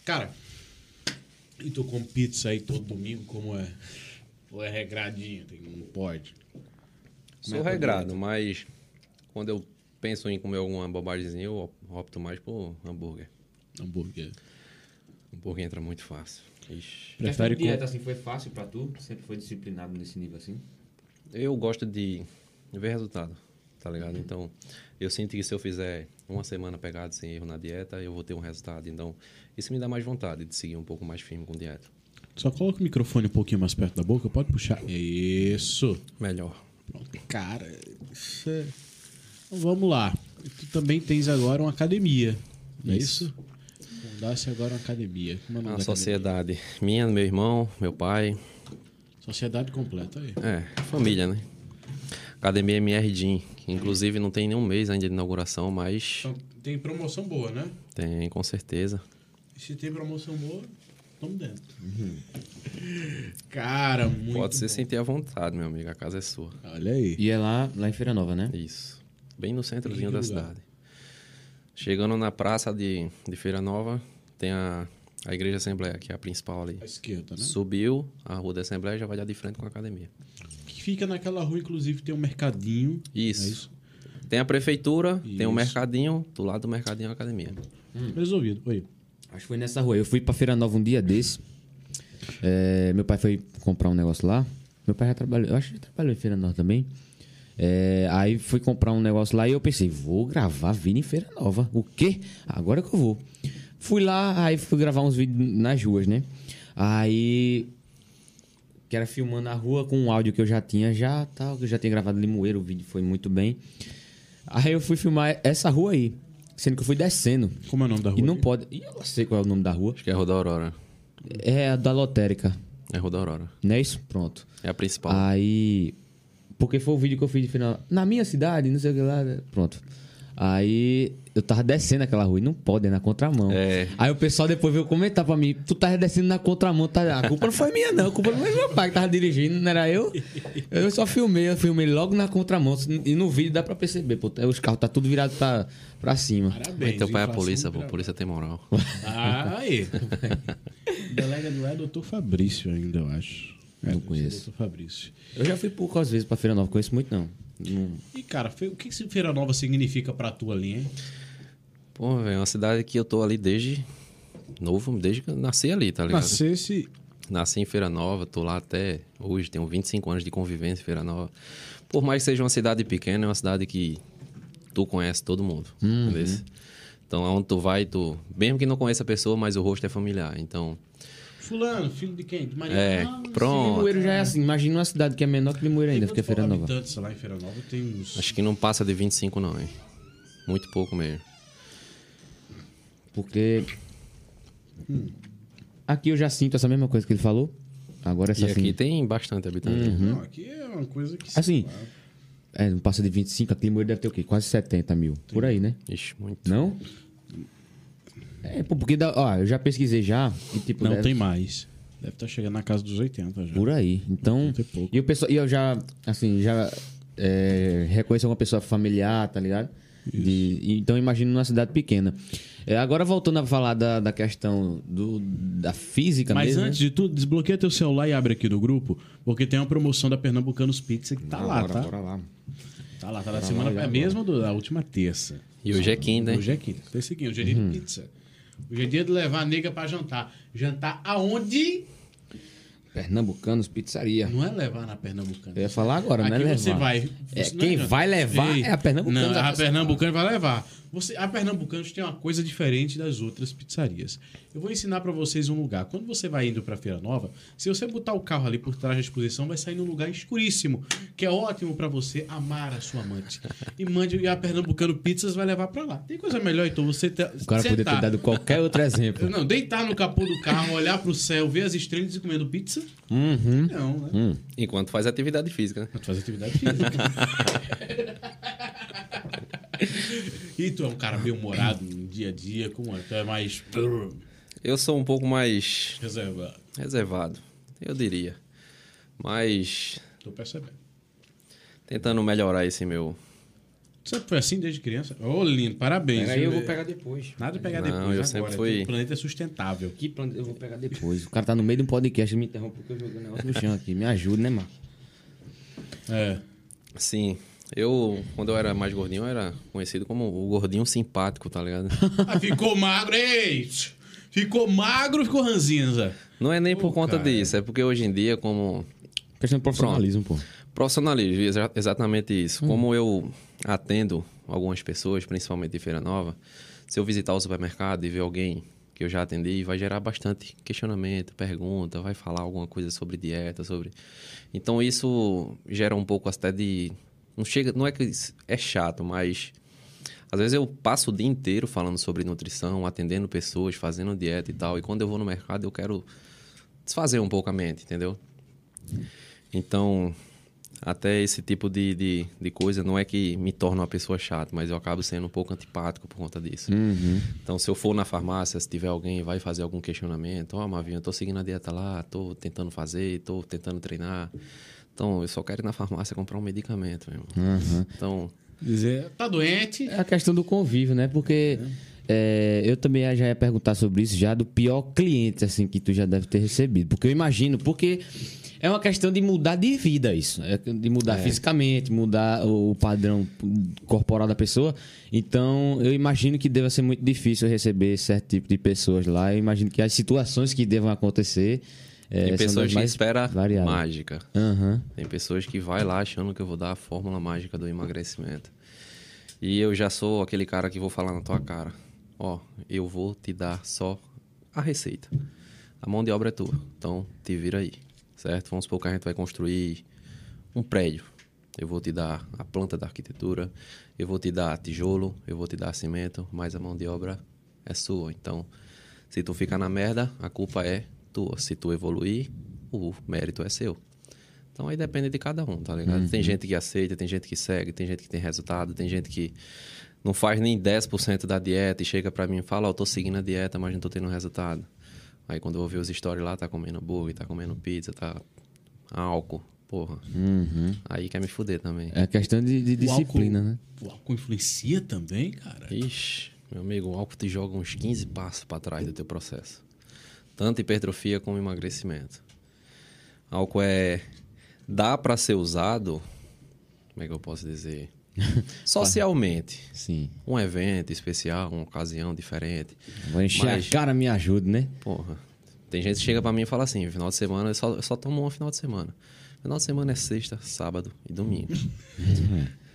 B: Cara, e tu com pizza aí todo domingo, como é? Ou é regradinho? Tem, não pode.
C: Sou regrado, mas quando eu penso em comer alguma bobagemzinha, eu opto mais por hambúrguer.
B: É um Hambúrguer.
C: Hambúrguer entra muito fácil. Ixi.
A: Prefere
B: Prefere com...
A: dieta assim foi fácil pra tu? Sempre foi disciplinado nesse nível assim?
C: Eu gosto de ver resultado, tá ligado? Então, eu sinto que se eu fizer uma semana pegado sem erro na dieta, eu vou ter um resultado. Então, isso me dá mais vontade de seguir um pouco mais firme com dieta.
B: Só coloca o microfone um pouquinho mais perto da boca, pode puxar. Isso.
C: Melhor.
B: Pronto. Cara, isso é... Então, vamos lá. Tu também tens agora uma academia, não é isso? Fundasse agora uma academia. Como é o nome
C: A
B: da
C: sociedade minha, meu irmão, meu pai,
B: academia? Sociedade completa aí.
C: É, família, né? Academia MR Gym, que inclusive não tem nenhum mês ainda de inauguração, mas
B: Então, tem promoção boa, né?
C: tem com certeza.
B: E se tem promoção boa, estamos dentro. Cara, muito
C: Uhum. Pode ser
B: bom.
C: sentir à vontade, meu amigo, a casa é sua.
B: Olha aí.
A: E é lá, lá em Feira Nova, né?
C: Isso. Bem no centrozinho
B: Em
C: da
B: que lugar?
C: cidade. Chegando na praça de, de Feira Nova, tem a, a Igreja Assembleia, que é a principal ali.
B: À esquerda, né?
C: Subiu a Rua da Assembleia já vai dar de frente com a academia.
B: Que fica naquela rua, inclusive, tem um mercadinho.
C: Isso.
B: É isso?
C: Tem a prefeitura, tem o
B: Isso.
C: mercadinho, do lado do mercadinho é a academia.
B: Resolvido. Oi.
A: Acho que foi nessa rua. Eu fui pra Feira Nova um dia desse. É, meu pai foi comprar um negócio lá. Meu pai já trabalhou. Eu acho que já trabalhou em Feira Nova também. É, aí fui comprar um negócio lá e eu pensei, vou gravar vídeo em Feira Nova. O quê? Agora que eu vou. Fui lá, aí fui gravar uns vídeos nas ruas, né? Aí. Que era filmando a rua com um áudio que eu já tinha, já tal, que eu já tinha gravado Limoeiro, o vídeo foi muito bem. Aí eu fui filmar essa rua aí, sendo que eu fui descendo.
B: Como é o nome da rua?
A: E não
B: aí?
A: pode. E eu não sei qual é o nome da rua.
C: Acho que é a Rua da Aurora.
A: É a da lotérica.
C: É a Rua da Aurora.
A: Não é isso? Pronto.
C: É a principal.
B: Ah,
A: Aí. Porque foi o vídeo que eu fiz de final. Na minha cidade, não sei o que lá. né? Pronto. Aí eu tava descendo aquela rua e não pode, é na contramão.
C: É.
A: Aí o pessoal depois veio comentar pra mim: Tu tá descendo na contramão, tá? A culpa não foi minha, não. A culpa não foi meu pai que tava dirigindo, não era eu. Eu só filmei, eu filmei logo na contramão. E no vídeo dá pra perceber, pô, os carros tá tudo virado pra, pra cima.
B: Parabéns.
C: Mas teu pai é a
B: inflação
C: polícia, pô.
B: grava-
C: A polícia tem moral.
B: Ah, aí. Delega não é doutor Fabrício ainda, eu acho.
A: Não
B: É, deve ser
A: conheço.
B: Dr. Fabrício.
A: Eu já fui poucas vezes pra Feira Nova, conheço muito não. Não-
B: E, cara, fe- o que que Feira Nova significa pra tu ali, hein?
C: Pô, velho, é uma cidade que eu tô ali desde novo, desde que eu nasci ali, tá ligado? Nasci,
B: Nascesse.
C: em Feira Nova, tô lá até hoje, tenho 25 anos de convivência em Feira Nova. Por mais que seja uma cidade pequena, é uma cidade que tu conhece todo mundo, entendeu? Então, aonde tu vai, tu... Mesmo que não conheça a pessoa, mas o rosto é familiar, então...
B: Fulano, filho de quem? De Maria.
C: É,
B: Ah,
C: pronto.
A: Limoeiro já é assim. Imagina uma cidade que é menor que Limoeiro
B: tem
A: ainda, porque é
B: quantos
A: Feira Nova.
B: habitantes lá em Feira Nova? Tem uns.
C: Acho que não passa de 25 não, hein? Muito pouco mesmo.
A: Porque. Aqui eu já sinto essa mesma coisa que ele falou. Agora
C: E
A: essa assim.
C: aqui tem bastante habitante.
A: Uhum.
C: né?
B: Não, aqui é uma coisa que. sei
A: Assim.
B: lá,
A: É, não passa de 25, aqui Limoeiro deve ter o quê? Quase 70 mil. Por aí, né?
C: Ixi, muito.
A: Não? É, pô, porque. dá- ó, eu já pesquisei já. E, tipo,
B: Não
A: deve-
B: tem mais. Deve estar chegando na casa dos 80 já.
A: Por aí. Então.
B: Muito e pouco.
A: E, o pessoal, e eu já, assim, já é, reconheço alguma pessoa familiar, tá ligado? De- então imagino numa cidade pequena. É, agora voltando a falar da, da questão do, da física
B: Mas
A: mesmo. né?
B: antes de tudo, desbloqueia teu celular e abre aqui do grupo, porque tem uma promoção da Pernambucanos Pizza que tá
A: Ah,
B: lá,
A: bora,
B: tá?
A: bora lá.
B: Tá lá, tá lá. Semana é a mesma do- da última terça.
C: E hoje é quinta, hein?
B: Hoje é quinta. Tem seguinte, hoje é
A: Uhum.
B: dia de pizza. Hoje é dia de levar a nega pra jantar. Jantar aonde?
A: Pernambucanos, pizzaria.
B: Não é levar na Pernambucana.
A: Eu ia falar agora,
B: Aqui
A: não é levar.
B: você vai.
A: É,
B: Isso não
A: quem
B: adianta.
A: vai levar
B: Ei,
A: é a Pernambucanos.
B: Não,
A: a
B: a
A: pessoa-
B: Pernambucana vai levar. Você, a Pernambucanos tem uma coisa diferente das outras pizzarias. Eu vou ensinar pra vocês um lugar. Quando você vai indo pra Feira Nova, se você botar o carro ali por trás da exposição, vai sair num lugar escuríssimo, que é ótimo pra você amar a sua amante. E mande e a Pernambucano Pizzas vai levar pra lá. Tem coisa melhor então você ter,
A: O cara poderia ter dado qualquer outro exemplo.
B: não, deitar no capô do carro, olhar pro céu, ver as estrelas e comendo pizza?
A: Uhum.
B: Não, né?
C: Enquanto faz atividade física, né?
B: Fazer atividade física. e tu é um cara meio humorado no dia a dia, como é? Tu é mais brrr,
C: Eu sou um pouco mais
B: reservado.
C: reservado, eu diria. Mas
B: Tô percebendo.
C: tentando melhorar esse meu.
B: Sempre foi assim desde criança? Ô, lindo, parabéns. viu?
A: depois.
B: Nada de pegar
C: Não,
B: depois.
C: eu
B: agora.
C: sempre fui-
B: O planeta é sustentável.
A: Que plano eu vou pegar depois. O cara tá no meio de um podcast, me interrompe porque eu joguei o negócio no chão aqui. Me ajuda, né, Marco?
B: É.
C: Sim, eu, quando eu era mais gordinho, eu era conhecido como o gordinho simpático, tá ligado?
B: Ah, ficou magro, ei! Ficou magro, ficou ranzinza.
C: Não é nem por
B: Ô,
C: conta
B: cara.
C: disso, é porque hoje em dia, como
A: Questão de profissionalismo, pô.
C: Profissionalismo, exa- exatamente isso. Como eu atendo algumas pessoas, principalmente de Feira Nova, se eu visitar o supermercado e ver alguém que eu já atendi, vai gerar bastante questionamento, pergunta, vai falar alguma coisa sobre dieta, sobre. Então isso gera um pouco até de. Não chega. Não é que isso é chato, mas. Às vezes eu passo o dia inteiro falando sobre nutrição, atendendo pessoas, fazendo dieta e tal. E quando eu vou no mercado, eu quero desfazer um pouco a mente, entendeu? Então, até esse tipo de, de, de coisa não é que me torna uma pessoa chata, mas eu acabo sendo um pouco antipático por conta disso.
A: Uhum.
C: Então, se eu for na farmácia, se tiver alguém vai fazer algum questionamento, ó, Mavinho, eu tô seguindo a dieta lá, tô tentando fazer, tô tentando treinar. Então, eu só quero ir na farmácia comprar um medicamento, meu irmão.
A: Uhum.
C: Então,
B: Dizer, tá doente.
A: É a questão do convívio, né? Porque é, eu também já ia perguntar sobre isso, já do pior cliente, assim, que tu já deve ter recebido. Porque eu imagino, porque é uma questão de mudar de vida isso. é de mudar fisicamente, mudar o o padrão corporal da pessoa. Então, eu imagino que deva ser muito difícil receber certo tipo de pessoas lá. Eu imagino que as situações que devam acontecer... É,
C: tem
A: são das
C: pessoas que
A: mais
C: esperam
A: variadas.
C: mágica.
A: Aham.
C: Tem pessoas que vai lá achando que eu vou dar a fórmula mágica do emagrecimento. E eu já sou aquele cara que vou falar na tua cara. Ó, eu vou te dar só a receita. A mão de obra é tua. Então, te vira aí. Certo? Vamos supor que a gente vai construir um prédio. Eu vou te dar a planta da arquitetura, eu vou te dar tijolo, eu vou te dar cimento, mas a mão de obra é sua. Então, se tu ficar na merda, a culpa é tua. Se tu evoluir, o mérito é seu. Então aí depende de cada um, tá ligado? Tem gente que aceita, tem gente que segue, tem gente que tem resultado, tem gente que não faz nem 10% da dieta e chega pra mim e fala, ó, eu tô seguindo a dieta, mas não tô tendo resultado. Aí quando eu vou ver os stories lá, tá comendo hambúrguer, tá comendo pizza, tá álcool, porra. Aí quer me fuder também.
A: É a questão de, de
B: O
A: disciplina, né?
B: álcool, O álcool influencia também, cara.
C: Ixi, meu amigo, o álcool te joga uns 15 passos para trás do teu processo. Tanto hipertrofia como emagrecimento. Álcool é. dá para ser usado. Como é que eu posso dizer? Socialmente.
A: Sim.
C: Um evento especial, uma ocasião diferente.
A: Vou encher
C: Mas-
A: a cara, me ajuda, né?
C: Porra. Tem gente que chega pra mim e fala assim: final de semana, eu só, eu só tomo um final de semana. Final de semana é sexta, sábado e domingo.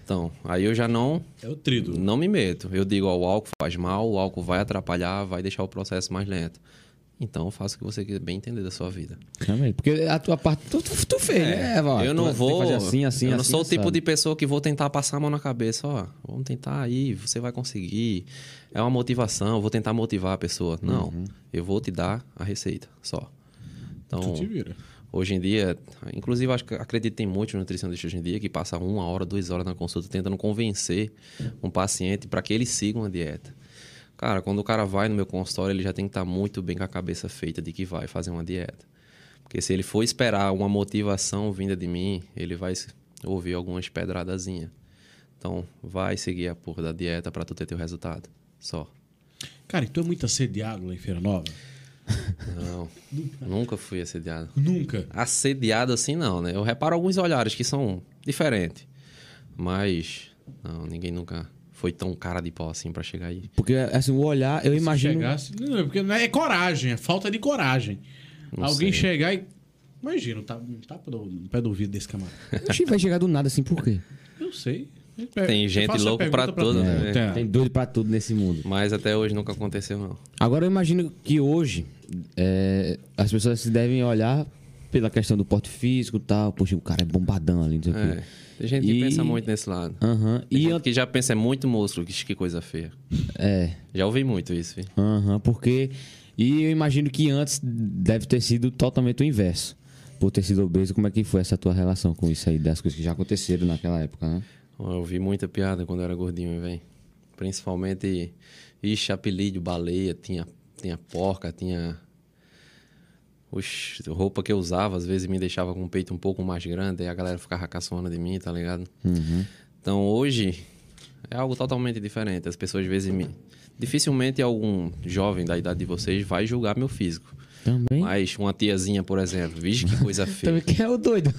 C: então, aí eu já não
B: É o trido.
C: não me meto. Eu digo, ó, o álcool faz mal, o álcool vai atrapalhar, vai deixar o processo mais lento. Então, faça o que você quiser bem entender da sua vida.
A: Realmente, porque a tua parte tu, tu, tu fez, né? É, Val,
C: eu
A: tu
C: não
A: tem que
C: vou.
A: fazer assim, assim,
C: eu não
A: assim,
C: sou o
A: assado.
C: tipo de pessoa que vou tentar passar a mão na cabeça. Ó, vamos tentar aí, você vai conseguir. É uma motivação, eu vou tentar motivar a pessoa. Não,
A: Uhum.
C: eu vou te dar a receita só. Então,
B: Tu te vira.
C: Hoje em dia, inclusive, acho que acredito que tem muitos nutricionistas hoje em dia que passam uma hora, duas horas na consulta tentando convencer um paciente para que ele siga uma dieta. Cara, quando o cara vai no meu consultório, ele já tem que estar muito bem com a cabeça feita de que vai fazer uma dieta. Porque se ele for esperar uma motivação vinda de mim, ele vai s- ouvir algumas pedradazinhas. Então, vai seguir a porra da dieta para tu ter teu resultado. Só.
B: Cara, e tu é muito assediado lá em Feira Nova?
C: Não, nunca fui assediado.
B: Nunca.
C: assediado assim não, né? Eu reparo alguns olhares que são diferentes. Mas não, ninguém nunca foi tão cara de pau assim pra chegar aí.
A: Porque, assim, o olhar, eu imagino.
B: chegasse. Não, não, porque não é, é coragem, é falta de coragem.
C: Não
B: Alguém
C: sei.
B: chegar e. Imagina, tá, tá no pé do ouvido desse camarada.
A: Oxi, vai chegar do nada assim, por quê?
B: Eu sei.
C: Tem gente louca pra tudo, né?
B: É.
A: Tem doido pra tudo nesse mundo.
C: Mas até hoje nunca aconteceu não.
A: Agora eu imagino que hoje é, as pessoas se devem olhar pela questão do porte físico e tal. Poxa, o cara é bombadão ali, não sei o
C: É.
A: quê.
C: Tem gente que
A: Hum. E-
C: pensa muito nesse lado.
A: Aham.
C: Tem
A: E
C: gente
A: eu...
C: que já pensa é muito músculo, que, que coisa feia.
A: É.
C: Já ouvi muito isso, vi.
A: Aham, porque. E eu imagino que antes deve ter sido totalmente o inverso. Por ter sido obeso, como é que foi essa tua relação com isso aí, das coisas que já aconteceram naquela época, né?
C: Ó, Eu vi muita piada quando eu era gordinho, velho. Principalmente, ixi, apelido, baleia, tinha, tinha porca, tinha. Oxi, roupa que eu usava, às vezes me deixava com o peito um pouco mais grande, aí a galera ficava caçoando de mim, tá ligado?
A: Uhum.
C: Então hoje é algo totalmente diferente. As pessoas às vezes me. Dificilmente algum jovem da idade de vocês vai julgar meu físico.
A: Também.
C: Mas uma tiazinha, por exemplo, vixe, que coisa feia.
A: Também, quem é o doido?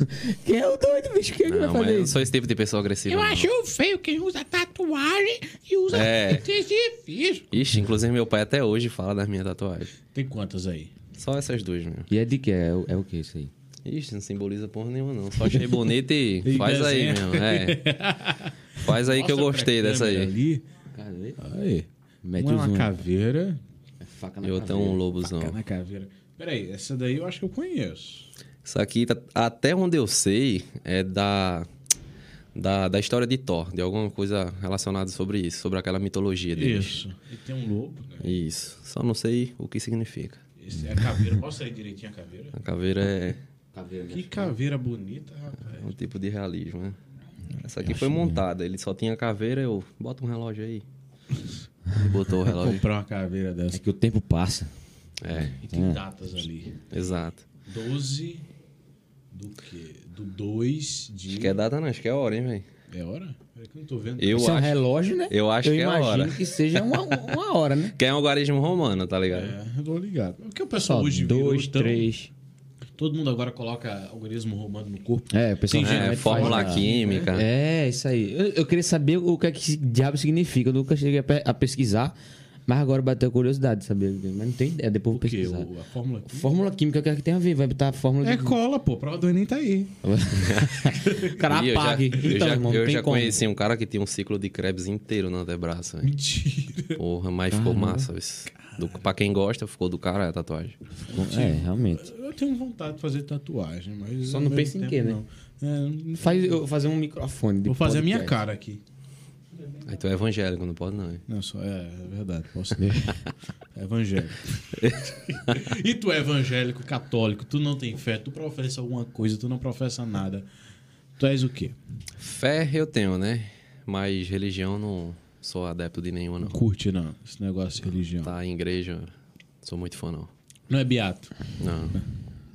A: Quem é o doido, bicho? Quem é que vai
C: Não, mas eu
A: fazer
C: não
A: isso?
C: sou esse tipo de pessoa agressiva. não.
B: feio quem usa tatuagem e usa
C: É.
B: físico.
C: Ixi, inclusive meu pai até hoje fala das minhas tatuagens.
B: Tem quantas aí?
C: Só essas duas mesmo.
A: E é de que? É, o- é o que isso aí?
C: Ixi, não simboliza porra nenhuma, não. Só achei bonita e faz aí mesmo. É. Faz aí que eu
B: Mostra
C: gostei
B: pra
C: dessa
B: câmera
C: aí.
B: Ali.
C: é
A: Cadê?
B: Aí.
A: Mete
B: uma é
A: o
C: um.
A: zoom.
B: uma caveira.
A: É faca na
C: Eu tenho um
A: caveira.
C: lobozão.
B: Faca na caveira. Peraí, essa daí eu acho que eu conheço.
C: Isso aqui, tá- até onde eu sei, é da, da, da história de Thor, de alguma coisa relacionada sobre isso, sobre aquela mitologia deles.
B: Isso. E tem um lobo, né?
C: Isso. Só não sei o que significa.
B: Esse é a caveira. Mostra aí direitinho a caveira.
C: A caveira é
A: Caveira, né?
B: Que caveira bonita, rapaz.
C: um tipo de realismo, né? Essa aqui foi montada, ele só tinha caveira, eu bota um relógio aí. Ele botou o
B: Vou
C: relógio.
B: comprar uma caveira
A: É
B: dessa.
A: que o tempo passa.
C: É,
B: E tem datas ali.
C: exato.
B: 12 do quê? Do 2 de.
C: Acho que é data não, acho que é hora, hein, velho?
B: É hora? Peraí que eu não tô vendo.
C: Eu
A: Isso é um
C: acho.
A: relógio, né?
C: eu acho que é a
A: imagino
C: hora.
A: que seja uma, uma hora, né?
C: Que é um algarismo romano, tá ligado?
B: É, eu tô ligado. O que o pessoal
A: Só
B: hoje virou,
A: dois,
B: então,
A: três.
B: Todo mundo agora coloca algoritmo romano no corpo.
A: É, o pessoal
B: Tem gente
C: É,
A: geralmente faz
C: fórmula
A: na-
C: química.
A: É, isso aí. Eu, eu queria saber o que é que esse diabo significa. Eu nunca cheguei a, pe- a pesquisar, mas agora bateu a curiosidade de saber. Mas não tem ideia, depois eu vou
B: O quê?
A: pesquisar.
B: O- a fórmula química?
A: Fórmula química, o que é que tem a ver? Vai botar a fórmula
B: É
A: de...
B: cola, pô. A prova do Enem tá aí.
A: Cara,
C: E eu já-
A: apague.
C: Eu
A: Então,
C: já,
A: irmão, não
C: eu
A: tem
C: já
A: como.
C: conheci um cara que tinha um ciclo de Krebs inteiro no antebraço. velho.
B: Mentira.
C: Porra, mas ficou massa. isso. Do, pra quem gosta, ficou do cara a tatuagem.
A: É, realmente.
B: Eu tenho vontade de fazer tatuagem, mas.
A: Só
B: ao
A: não pensa
B: mesmo
A: em
B: tempo,
A: quê, né?
B: Não. É, não-
A: Faz, eu vou fazer um microfone. de
B: vou fazer a minha
A: podcast.
B: cara aqui.
C: Aí tu é evangélico, não pode não. hein?
B: Não, só é, é verdade, posso ver. É evangélico. e tu é evangélico, católico, tu não tem fé, tu professa alguma coisa, tu não professa nada. Tu és o quê?
C: Fé eu tenho, né? Mas religião não sou adepto de nenhuma, não.
B: Curte não, esse negócio de religião.
C: Tá em igreja, sou muito fã, não.
B: Não é beato.
C: Não.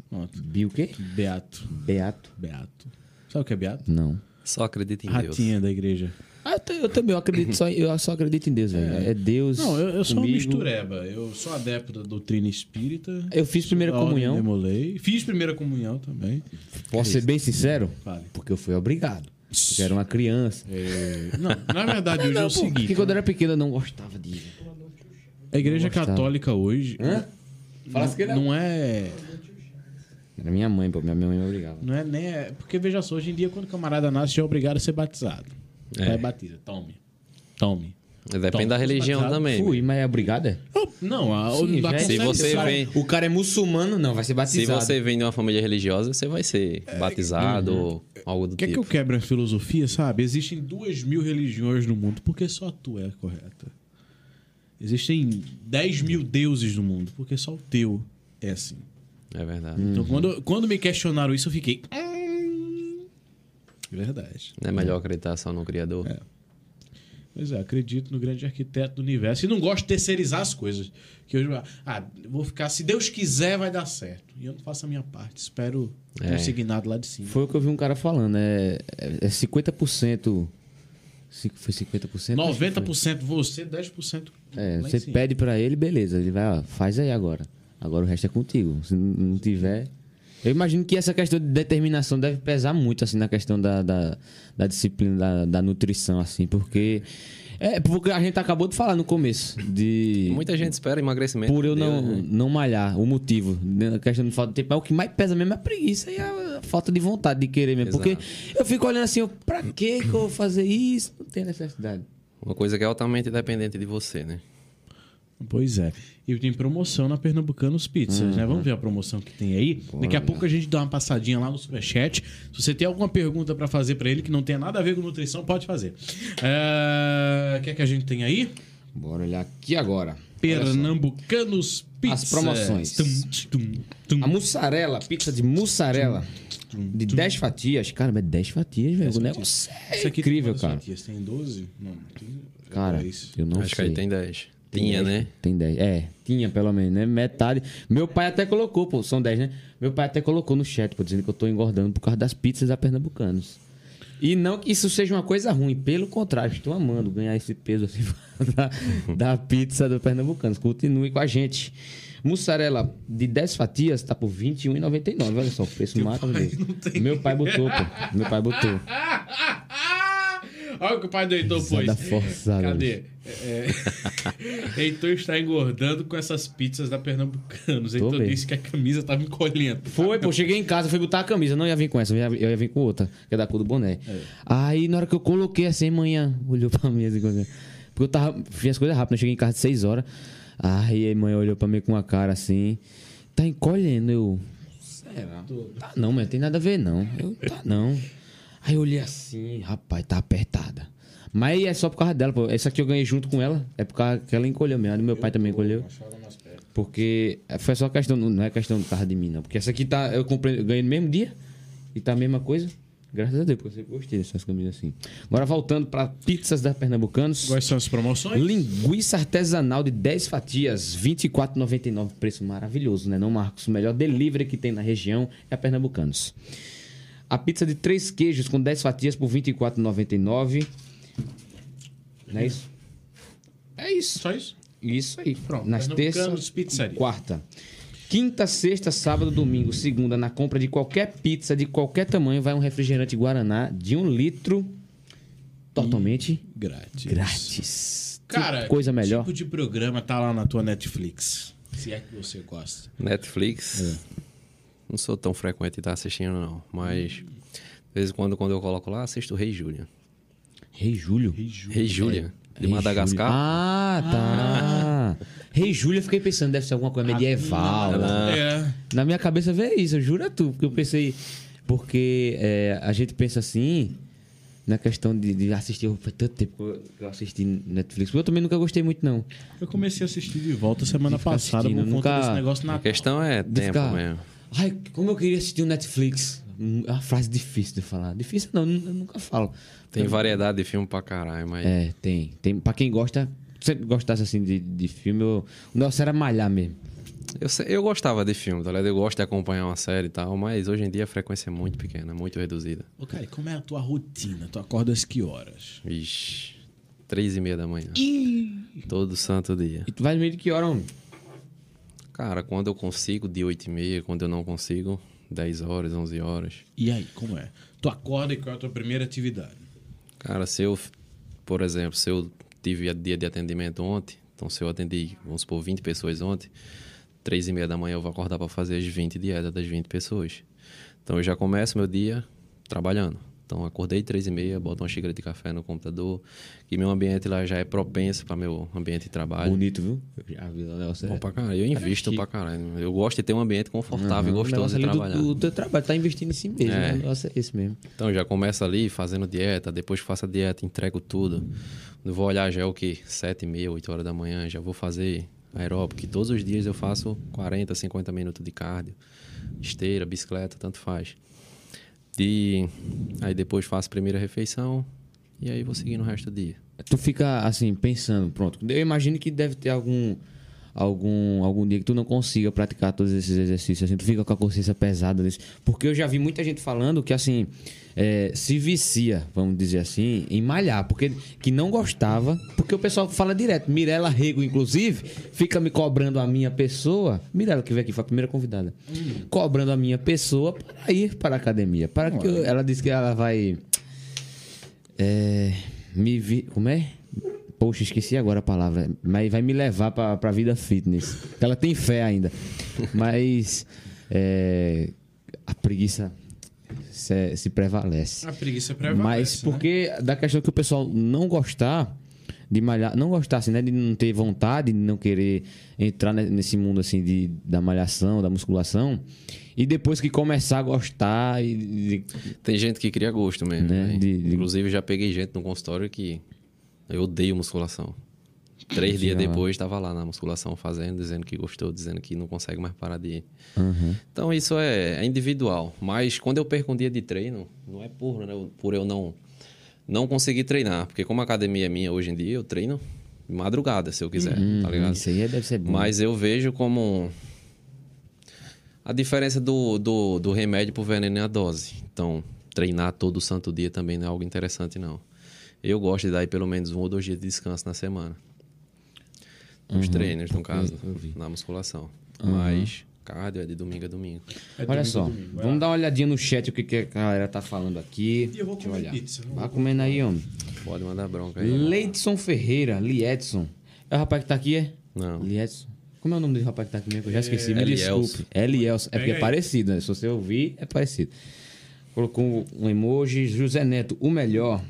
B: Pronto.
A: Bi o quê?
B: Beato.
A: Beato.
B: Beato. Sabe o que é beato?
A: Não.
C: Só acredito em Deus.
B: Ratinha da igreja.
A: Ah, eu, te- eu também eu acredito só, eu só acredito em Deus, velho. É Deus.
B: Não, eu, eu sou um uma
A: comigo.
B: mistureba. Eu sou adepto da doutrina espírita.
A: Eu fiz primeira
B: da ordem
A: comunhão.
B: Demolei. Fiz primeira comunhão também.
A: Posso ser bem sincero?
B: Fale.
A: Porque eu fui obrigado. Porque eu era uma criança.
B: É, Não, na verdade, hoje é o
A: Não, pô,
B: seguinte.
A: Porque quando eu era pequeno eu não gostava de ir.
B: A igreja
A: Não gostava.
B: católica hoje
A: Hã? Fala assim que não.
B: não é.
A: Era minha mãe, pô. Minha mãe me obrigava.
B: Não é nem. é- Porque veja só, hoje em dia, quando o camarada nasce, já é obrigado a ser batizado.
C: É.
B: Vai batiza, tome. Tome.
C: Depende
B: Então,
C: da
B: os
C: religião
B: batizados
C: também. né?
A: Fui, mas é obrigada?
B: Não, a,
A: Sim,
B: da
A: já é.
C: Se
B: concepção-
C: você
A: cara-
C: vem-
A: O cara é muçulmano, não. Vai ser
C: Se
A: batizado.
C: você vem de uma família religiosa, você vai ser batizado ou algo do
B: Quer que
C: tipo.
B: eu quebre a filosofia, sabe? Existem duas mil religiões no mundo, porque só a tua é a correta. Existem 10 mil deuses no mundo, porque só o teu é assim.
C: É verdade.
A: Uhum.
B: Então, quando, quando me questionaram isso, eu fiquei. "Hum, Verdade.
C: Não é melhor acreditar só no Criador?
B: Pois é, acredito no grande arquiteto do universo. E não gosto de terceirizar as coisas. Que hoje, ah, eu vou ficar, se Deus quiser, vai dar certo. E eu não faço a minha parte. Espero
C: É.
B: consignado lá de cima.
A: Foi o que eu vi um cara falando. É, é é 50%. Cin- Foi 50%? Acho né, que foi.
B: 90% você, 10%
A: É,
B: lá em
A: você
B: cima.
A: pede pra ele, beleza. Ele vai, ó, faz aí agora. Agora o resto é contigo. Se n- não tiver. Eu imagino que essa questão de determinação deve pesar muito, assim, na questão da, da, da disciplina, da, da nutrição, assim, porque. É, porque a gente acabou de falar no começo. De.
C: Muita gente espera emagrecimento.
A: por eu
C: de Deus,
A: não,
C: né?
A: não malhar, o motivo. né, A questão de falta de tempo. Mas o que mais pesa mesmo é a preguiça e a falta de vontade de querer mesmo.
C: Exato.
A: Porque eu fico olhando assim, eu, pra que que eu vou fazer isso? Não tem necessidade.
C: Uma coisa que é altamente dependente de você, né?
B: Pois é. E tem promoção na Pernambucanos Pizzas, né?
A: Uhum.
B: Vamos ver a promoção que tem aí. Daqui a pouco a gente dá uma passadinha lá no Superchat. Se você tem alguma pergunta pra fazer pra ele que não tenha nada a ver com nutrição, pode fazer. É, O que é que a gente tem aí?
A: Bora olhar aqui agora.
B: Pernambucanos Pizzas.
A: As promoções.
B: tum, tum.
A: A mussarela, pizza de mussarela. De 10 fatias. Cara, mas 10 fatias, velho. O negócio é
B: Isso aqui tem
A: incrível,
B: quantas
A: cara.
B: fatias? Tem 12? Não, tem.
A: Cara,
B: dez.
A: eu não
C: Acho que
A: sei.
C: aí tem 10. Tinha,
A: 10,
C: né?
A: Tem 10. É, tinha pelo menos, né? Metade. Meu pai até colocou, pô, são 10, né? Meu pai até colocou no chat, pô, dizendo que eu tô engordando por causa das pizzas da Pernambucanos. E não que isso seja uma coisa ruim, pelo contrário, estou amando ganhar esse peso assim, da, da pizza do Pernambucanos. Continue com a gente. Mussarela de 10 fatias tá por R$21,99. Olha só, o preço maravilhoso. Meu pai botou, pô. Meu pai botou.
B: Olha o que o pai do Heitor
A: Risada
B: pôs.
A: forçada,
B: Cadê? É,
A: bicho.
D: Heitor está engordando com essas pizzas da Pernambucanos. Heitor
A: bem.
D: disse que a camisa
B: tá
D: estava encolhendo.
A: Foi, pô, cheguei em casa, fui botar a camisa. Não ia vir com essa, eu ia, eu ia vir com outra, que é da cor do boné. Aí, na hora que eu coloquei assim, manhã, olhou pra mim assim, quando eu- porque eu tava, fiz as coisas rápido, né? cheguei em casa de 6 horas. Aí, a mãe olhou pra mim com uma cara assim, tá encolhendo, eu... Será? Tá não, mas tem nada a ver, não. Eu, tá não. Aí eu olhei assim, rapaz, tá apertada. Mas é só por causa dela, pô. Essa aqui eu ganhei junto com ela, é por causa que ela encolheu mesmo. A do meu pai também encolheu. Porque foi só questão, não é questão do carro de mim, não. Porque essa aqui tá, eu comprei, eu ganhei no mesmo dia e tá a mesma coisa. Graças a Deus, porque eu sempre gostei dessas camisas assim. Agora voltando pra pizzas da Pernambucanos.
B: Quais são as promoções?
A: Linguiça artesanal de 10 fatias, R$ 24,99. Preço maravilhoso, né, não, Marcos? O melhor delivery que tem na região é a Pernambucanos. A pizza de 3 queijos com 10 fatias por R$ 24,99. Não é isso? É isso.
D: Só isso?
A: Isso aí.
D: Pronto,
A: Nas
D: Pernambucanos
A: terças,
D: Pizzaria.
A: quarta. Quinta, sexta, sábado, domingo, segunda, na compra de qualquer pizza de qualquer tamanho, vai um refrigerante Guaraná de um litro totalmente
B: Grátis.
A: grátis. Que
D: Cara,
A: coisa
B: Que
A: melhor.
B: tipo de programa tá lá na tua Netflix? Se é que você gosta.
C: Netflix. Não sou tão frequente de estar assistindo, não. Mas, de vez em quando, quando eu coloco lá, assisto o Rei Julian.
A: Rei Júlio.
C: Rei Julian, de
A: Rei
C: Madagascar.
A: Júlio. Ah, tá. Rei Júlio, eu fiquei pensando, deve ser alguma coisa medieval.
D: É.
A: Na minha cabeça veio isso, eu juro a tu, porque eu pensei. Porque é, a gente pensa assim, na questão de, de assistir. Foi tanto tempo que eu- que eu assisti Netflix. Eu também nunca gostei muito, não.
B: Eu comecei a assistir de volta semana
A: Fica
B: passada por
A: assistindo,
B: conta
A: nunca-
B: desse negócio na
C: A questão é
A: De
C: tempo
A: ficar-
C: mesmo.
A: Ai, como eu queria assistir um Netflix. Hum, É uma frase difícil de falar. Difícil não, eu nunca falo.
C: Tem variedade de filme pra caralho, mas
A: É, tem. tem pra quem gosta, se você gostasse assim de, de filme, eu- o nosso era malhar mesmo.
C: eu, se- eu gostava de filme, tá ligado? Eu gosto de acompanhar uma série e tal, mas hoje em dia a frequência é muito pequena, muito reduzida.
B: Ô, cara, e como é a tua rotina? Tu acordas que horas?
C: Ixi, três e meia da manhã. Todo santo dia.
A: E tu vai no meio de que hora, homem?
C: Cara, quando eu consigo, de oito e meia, quando eu não consigo, 10 horas, 11 horas.
B: E aí, como é? Tu acorda e qual é a tua primeira atividade?
C: Cara, se eu, por exemplo, se eu tive a dia de atendimento ontem, então se eu atendi, vamos supor, 20 pessoas ontem, três e meia da manhã eu vou acordar para fazer as 20 dietas das 20 pessoas. Então eu já começo meu dia trabalhando. Então acordei três e meia, boto uma xícara de café no computador, que meu ambiente lá já é propenso para meu ambiente de trabalho.
A: Bonito, viu? Eu já vi lá o negócio.
C: Tá
A: é-
C: Bom pra caralho. Eu invisto pra caralho. Eu gosto de ter um ambiente confortável e
A: Uhum, o negócio
C: gostoso de
A: ali do-
C: trabalhar.
A: do, do teu trabalho, tá investindo em si mesmo.
C: É.
A: né? O negócio é esse mesmo.
C: Então já começa ali fazendo dieta, depois que faço a dieta, entrego tudo. Não vou olhar, já é o quê? Sete e meia, oito horas da manhã, já vou fazer aeróbico, que todos os dias eu faço 40, 50 minutos de cardio, esteira, bicicleta, tanto faz. E aí depois faço a primeira refeição e aí vou seguindo o resto do dia.
A: Tu fica assim, pensando, pronto. Eu imagino que deve ter algum algum algum dia que tu não consiga praticar todos esses exercícios, assim, tu fica com a consciência pesada disso. Porque eu já vi muita gente falando que assim, é, se vicia, vamos dizer assim, em malhar, porque que não gostava, porque o pessoal fala direto, Mirela Rego inclusive, fica me cobrando a minha pessoa, Mirela que veio aqui foi a primeira convidada. Cobrando a minha pessoa para ir para a academia, para que eu- ela disse que ela vai é, me vi. Como é? Poxa, esqueci agora a palavra. Mas vai me levar pra, pra vida fitness. Ela tem fé ainda. Mas. é, a preguiça se, se prevalece.
D: A preguiça prevalece.
A: Mas
C: né?
A: porque da questão que o pessoal não gostar de malhar, não gostar assim, né, de não ter vontade, de não querer entrar ne- nesse mundo assim de da malhação, da musculação, e depois que começar a gostar e de-
C: Tem gente que cria gosto mesmo.
A: Né?
C: né?
A: De- de-
C: Inclusive, já peguei gente no consultório que eu odeio musculação. Três dias depois, estava lá na musculação fazendo, dizendo que gostou, dizendo que não consegue mais parar de ir.
A: Uhum.
C: Então, isso é, é individual. Mas quando eu perco um dia de treino, não é por, né, por eu não, não conseguir treinar. Porque como a academia é minha hoje em dia, eu treino madrugada, se eu quiser,
A: Uhum.
C: tá ligado?
A: isso aí deve ser bom.
C: Mas eu vejo como a diferença do, do, do remédio pro veneno é a dose. Então, treinar todo santo dia também não é algo interessante, não. Eu gosto de dar aí pelo menos um ou dois dias de descanso na semana. Nos treinos, no caso, na musculação. Mas cardio é de domingo a domingo.
D: É
A: Olha
D: domingo,
A: só,
D: domingo, vai
A: vamos
D: lá.
A: dar uma olhadinha no chat o que, que a galera tá falando aqui.
B: E eu vou
A: Deixa
B: comer
A: olhar.
B: pizza, não
A: Vai
B: vou
A: comendo aí, homem.
C: Pode mandar bronca aí.
A: Hum. Leidson Ferreira, Liedson. É o rapaz que tá aqui, é?
C: Não.
A: Liedson. Como é o nome do rapaz que tá aqui mesmo? Eu já esqueci, me
C: Elielson.
A: desculpe. É Lielson. É porque é
D: aí.
A: parecido, né? Se você ouvir, é parecido. Colocou um emoji. José Neto, o melhor.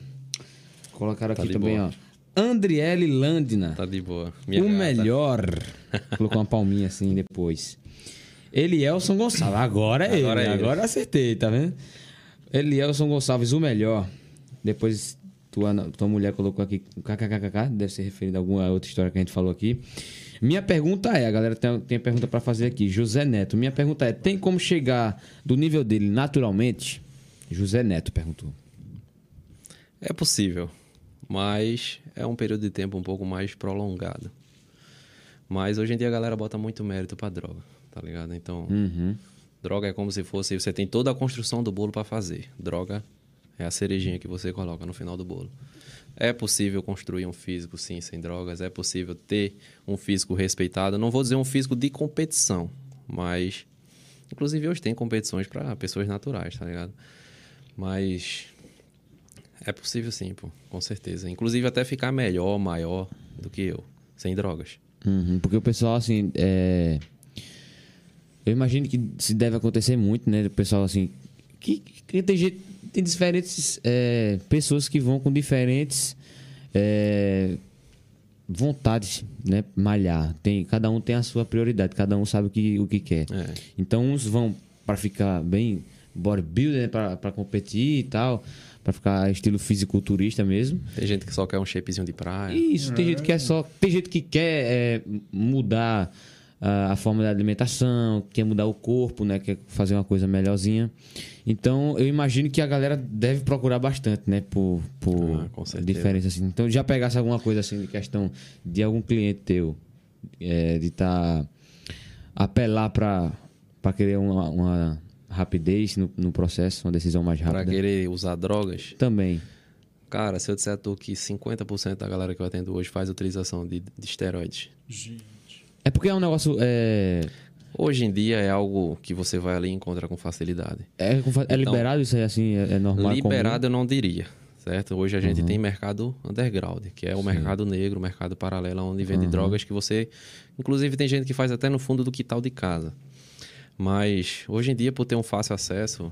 A: Colocaram
C: Tá
A: aqui
C: de
A: também,
C: boa.
A: ó. Andriele Landina.
C: Tá de boa.
A: o
C: gata.
A: melhor. Colocou uma palminha assim depois. Elielson Gonçalves. Agora é
C: Agora
A: ele.
C: é ele.
A: Agora eu acertei, tá vendo? Elielson Gonçalves, o melhor. Depois tua, tua mulher colocou aqui kkkk, deve ser referido a alguma outra história que a gente falou aqui. Minha pergunta é, a galera tem, tem a pergunta pra fazer aqui. José Neto, minha pergunta é, tem como chegar do nível dele naturalmente? José Neto perguntou.
C: É possível, mas é um período de tempo um pouco mais prolongado. Mas hoje em dia a galera bota muito mérito pra droga, tá ligado? Então, droga é como se fosse. Você tem toda a construção do bolo pra fazer. Droga é a cerejinha que você coloca no final do bolo. É possível construir um físico, sim, sem drogas. É possível ter um físico respeitado. Não vou dizer um físico de competição, mas. Inclusive, hoje tem competições pra pessoas naturais, tá ligado? Mas é possível sim, pô, com certeza. Inclusive até ficar melhor, maior do que eu, sem drogas.
A: Uhum, porque o pessoal, assim, é... Eu imagino que se deve acontecer muito, né? O pessoal, assim... Que, que tem, gente, tem diferentes é, pessoas que vão com diferentes é, vontades, né? Malhar. Tem, cada um tem a sua prioridade, cada um sabe o que, o que quer.
C: É.
A: Então, uns vão pra ficar bem bodybuilder, né? Pra, pra competir e tal. Pra ficar estilo fisiculturista mesmo.
C: Tem gente que só quer um shapezinho de praia.
A: Isso, tem gente que é só. Tem gente que quer é, mudar ah, a forma da alimentação, quer mudar o corpo, né? Quer fazer uma coisa melhorzinha. Então, eu imagino que a galera deve procurar bastante, né? Por, por
C: Ah, com certeza.
A: diferença assim. Então, já pegasse alguma coisa assim de questão de algum cliente teu, é, de estar. apelar pra pra querer uma, uma rapidez no, no processo, uma decisão mais
C: Pra
A: rápida.
C: querer usar drogas.
A: Também.
C: Cara, se eu disser a tu que 50% da galera que eu atendo hoje faz utilização de, de esteroides.
B: Gente.
A: É porque é um negócio. É,
C: Hoje em dia é algo que você vai ali e encontra com facilidade.
A: É, com fa- é liberado isso aí, assim, é, é normal? é comum?
C: Então, Liberado eu não diria, certo? Hoje a gente tem mercado underground, que é o mercado negro, o mercado paralelo, onde vende drogas que você... Inclusive tem gente que faz até no fundo do quintal de casa. Mas hoje em dia, por ter um fácil acesso,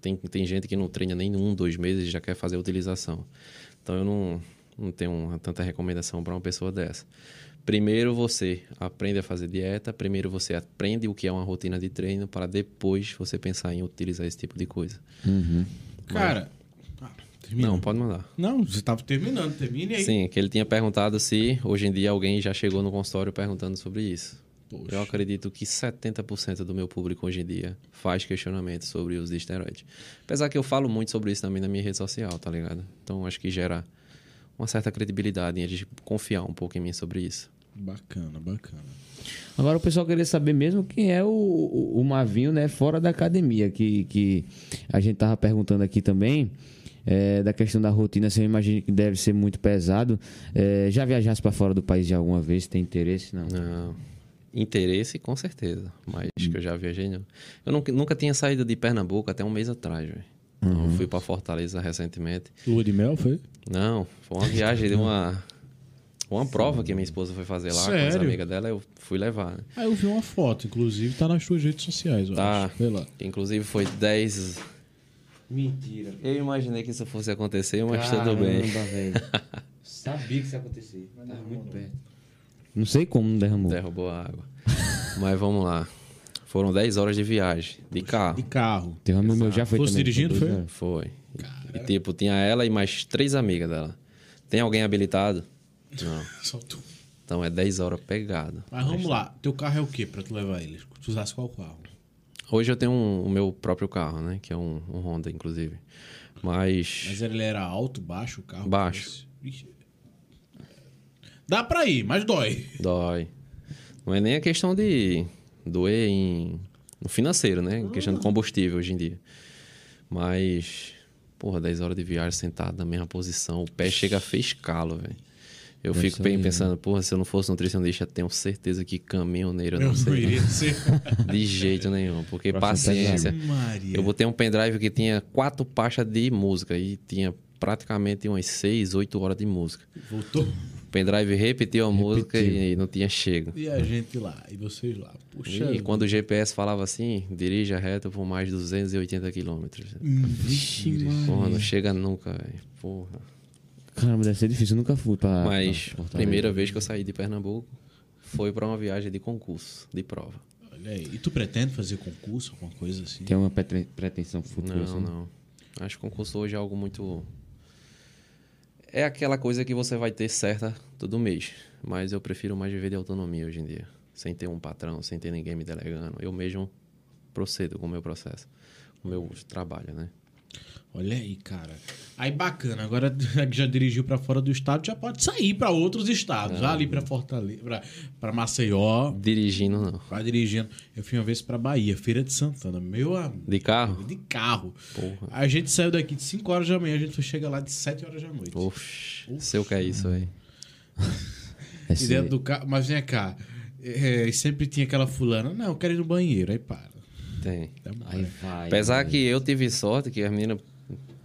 C: tem, tem gente que não treina nem um, dois meses e já quer fazer a utilização. Então eu não, não tenho uma- tanta recomendação para uma pessoa dessa. Primeiro você aprende a fazer dieta, primeiro você aprende o que é uma rotina de treino, para depois você pensar em utilizar esse tipo de coisa.
B: Cara. Ah, termina.
C: Não, pode mandar.
B: Não, você tava terminando, termine aí.
C: Sim, que ele tinha perguntado se hoje em dia alguém já chegou no consultório perguntando sobre isso.
B: Poxa.
C: Eu acredito que 70% do meu público hoje em dia faz questionamento sobre os de esteroide. Apesar que eu falo muito sobre isso também na minha rede social, tá ligado? Então acho que gera uma certa credibilidade em eles confiar um pouco em mim sobre isso.
B: Bacana, bacana.
A: Agora o pessoal queria saber mesmo quem é o, o, o Mavinho, né, fora da academia, que, que a gente tava perguntando aqui também, é, da questão da rotina, assim, eu imagino que deve ser muito pesado. É, já viajasse para fora do país de alguma vez, tem interesse? Não.
C: Ah, interesse, com certeza. Mas que eu já viajei, não. Eu nunca, nunca tinha saído de Pernambuco até um mês atrás, velho. Então, eu fui pra Fortaleza recentemente.
E: Lua de mel, foi?
C: Não, foi uma viagem de uma. Uma prova que minha esposa foi fazer lá com
B: Sério?
C: as amigas dela, eu fui levar. né?
E: Ah, eu vi uma foto, inclusive, tá nas tuas redes sociais, eu
C: Tá.
E: acho. Sei lá.
C: Inclusive foi 10.
A: Mentira.
C: Eu imaginei que isso fosse acontecer, mas tudo bem.
A: Sabia que isso ia acontecer. Tava muito perto. Não sei como não derramou.
C: Derrubou a água. mas vamos lá. Foram 10 horas de viagem, de
B: De
C: carro.
B: carro.
A: Derramou meu já foi né?
E: Fosse
A: também,
E: dirigindo,
A: dois
E: foi?
A: horas.
C: Foi. E, tipo, tinha ela e mais três amigas dela. Tem alguém habilitado? Não.
B: Só tu.
C: Então é 10 horas pegado.
B: Mas vamos lá. Teu carro é o quê pra tu levar ele? Tu usasse qual carro?
C: Hoje eu tenho um- o meu próprio carro, né? Que é um, um Honda, inclusive. Mas.
B: Mas ele era alto, baixo o carro?
C: Baixo.
B: Ixi. Dá pra ir, mas dói.
C: Dói. Não é nem a questão de doer em, no financeiro, né? Em questão
A: Ah.
C: de combustível hoje em dia. Mas, porra, 10 horas de viagem sentado na mesma posição, o pé chega a fez calo, velho. Eu
A: Deve
C: fico
A: ser né?
C: bem
A: maneiro,
C: pensando, porra, se eu não fosse nutricionista, eu tenho certeza que caminhoneiro eu
D: Eu
C: não
D: não
C: seria.
D: iria ser.
C: De jeito nenhum, porque
A: Próximo
C: paciência.
B: Maria.
C: Eu botei um pendrive que tinha quatro pastas de música e tinha praticamente umas seis, oito horas de música.
B: Voltou.
C: O pendrive repetiu a música e não tinha chego.
B: E a gente lá, e vocês lá. Puxa.
C: E quando o GPS falava assim, dirija reto por mais de 280 quilômetros.
B: Vixe,
C: Porra, não chega nunca, velho. Porra.
A: Caramba, deve ser difícil. Eu nunca fui pra.
C: Mas
A: pra
C: a
A: Fortaleza.
C: primeira vez que eu saí de Pernambuco foi para uma viagem de concurso, de prova.
B: Olha aí. E tu pretende fazer concurso, alguma coisa assim?
A: Tem uma pretre- pretensão futura.
C: Não,
A: assim?
C: não. Acho que concurso hoje é algo muito. É aquela coisa que você vai ter certa todo mês. Mas eu prefiro mais viver de autonomia hoje em dia. Sem ter um patrão, sem ter ninguém me delegando. Eu mesmo procedo com o meu processo. O meu trabalho, né?
B: Olha aí, cara. Aí bacana. Agora que já dirigiu pra fora do estado, já pode sair pra outros
C: É.
B: estados. Ah, ali pra Fortaleza, pra, pra Maceió.
C: Dirigindo, não.
B: Vai dirigindo. Eu fui uma vez pra Bahia, Feira de Santana. Meu amigo.
C: De carro?
B: De carro.
C: Porra.
B: A gente saiu daqui de 5 horas da manhã, a gente foi chegar lá de 7 horas da noite.
C: Oxi. Sei o que é isso aí.
A: É
B: E
A: ser-
B: dentro do carro. Mas vem cá. É, é, sempre tinha aquela fulana. Não, eu quero ir no banheiro. Aí para.
C: Tem.
A: Aí vai.
C: Apesar
A: velho.
C: que eu tive sorte que as meninas.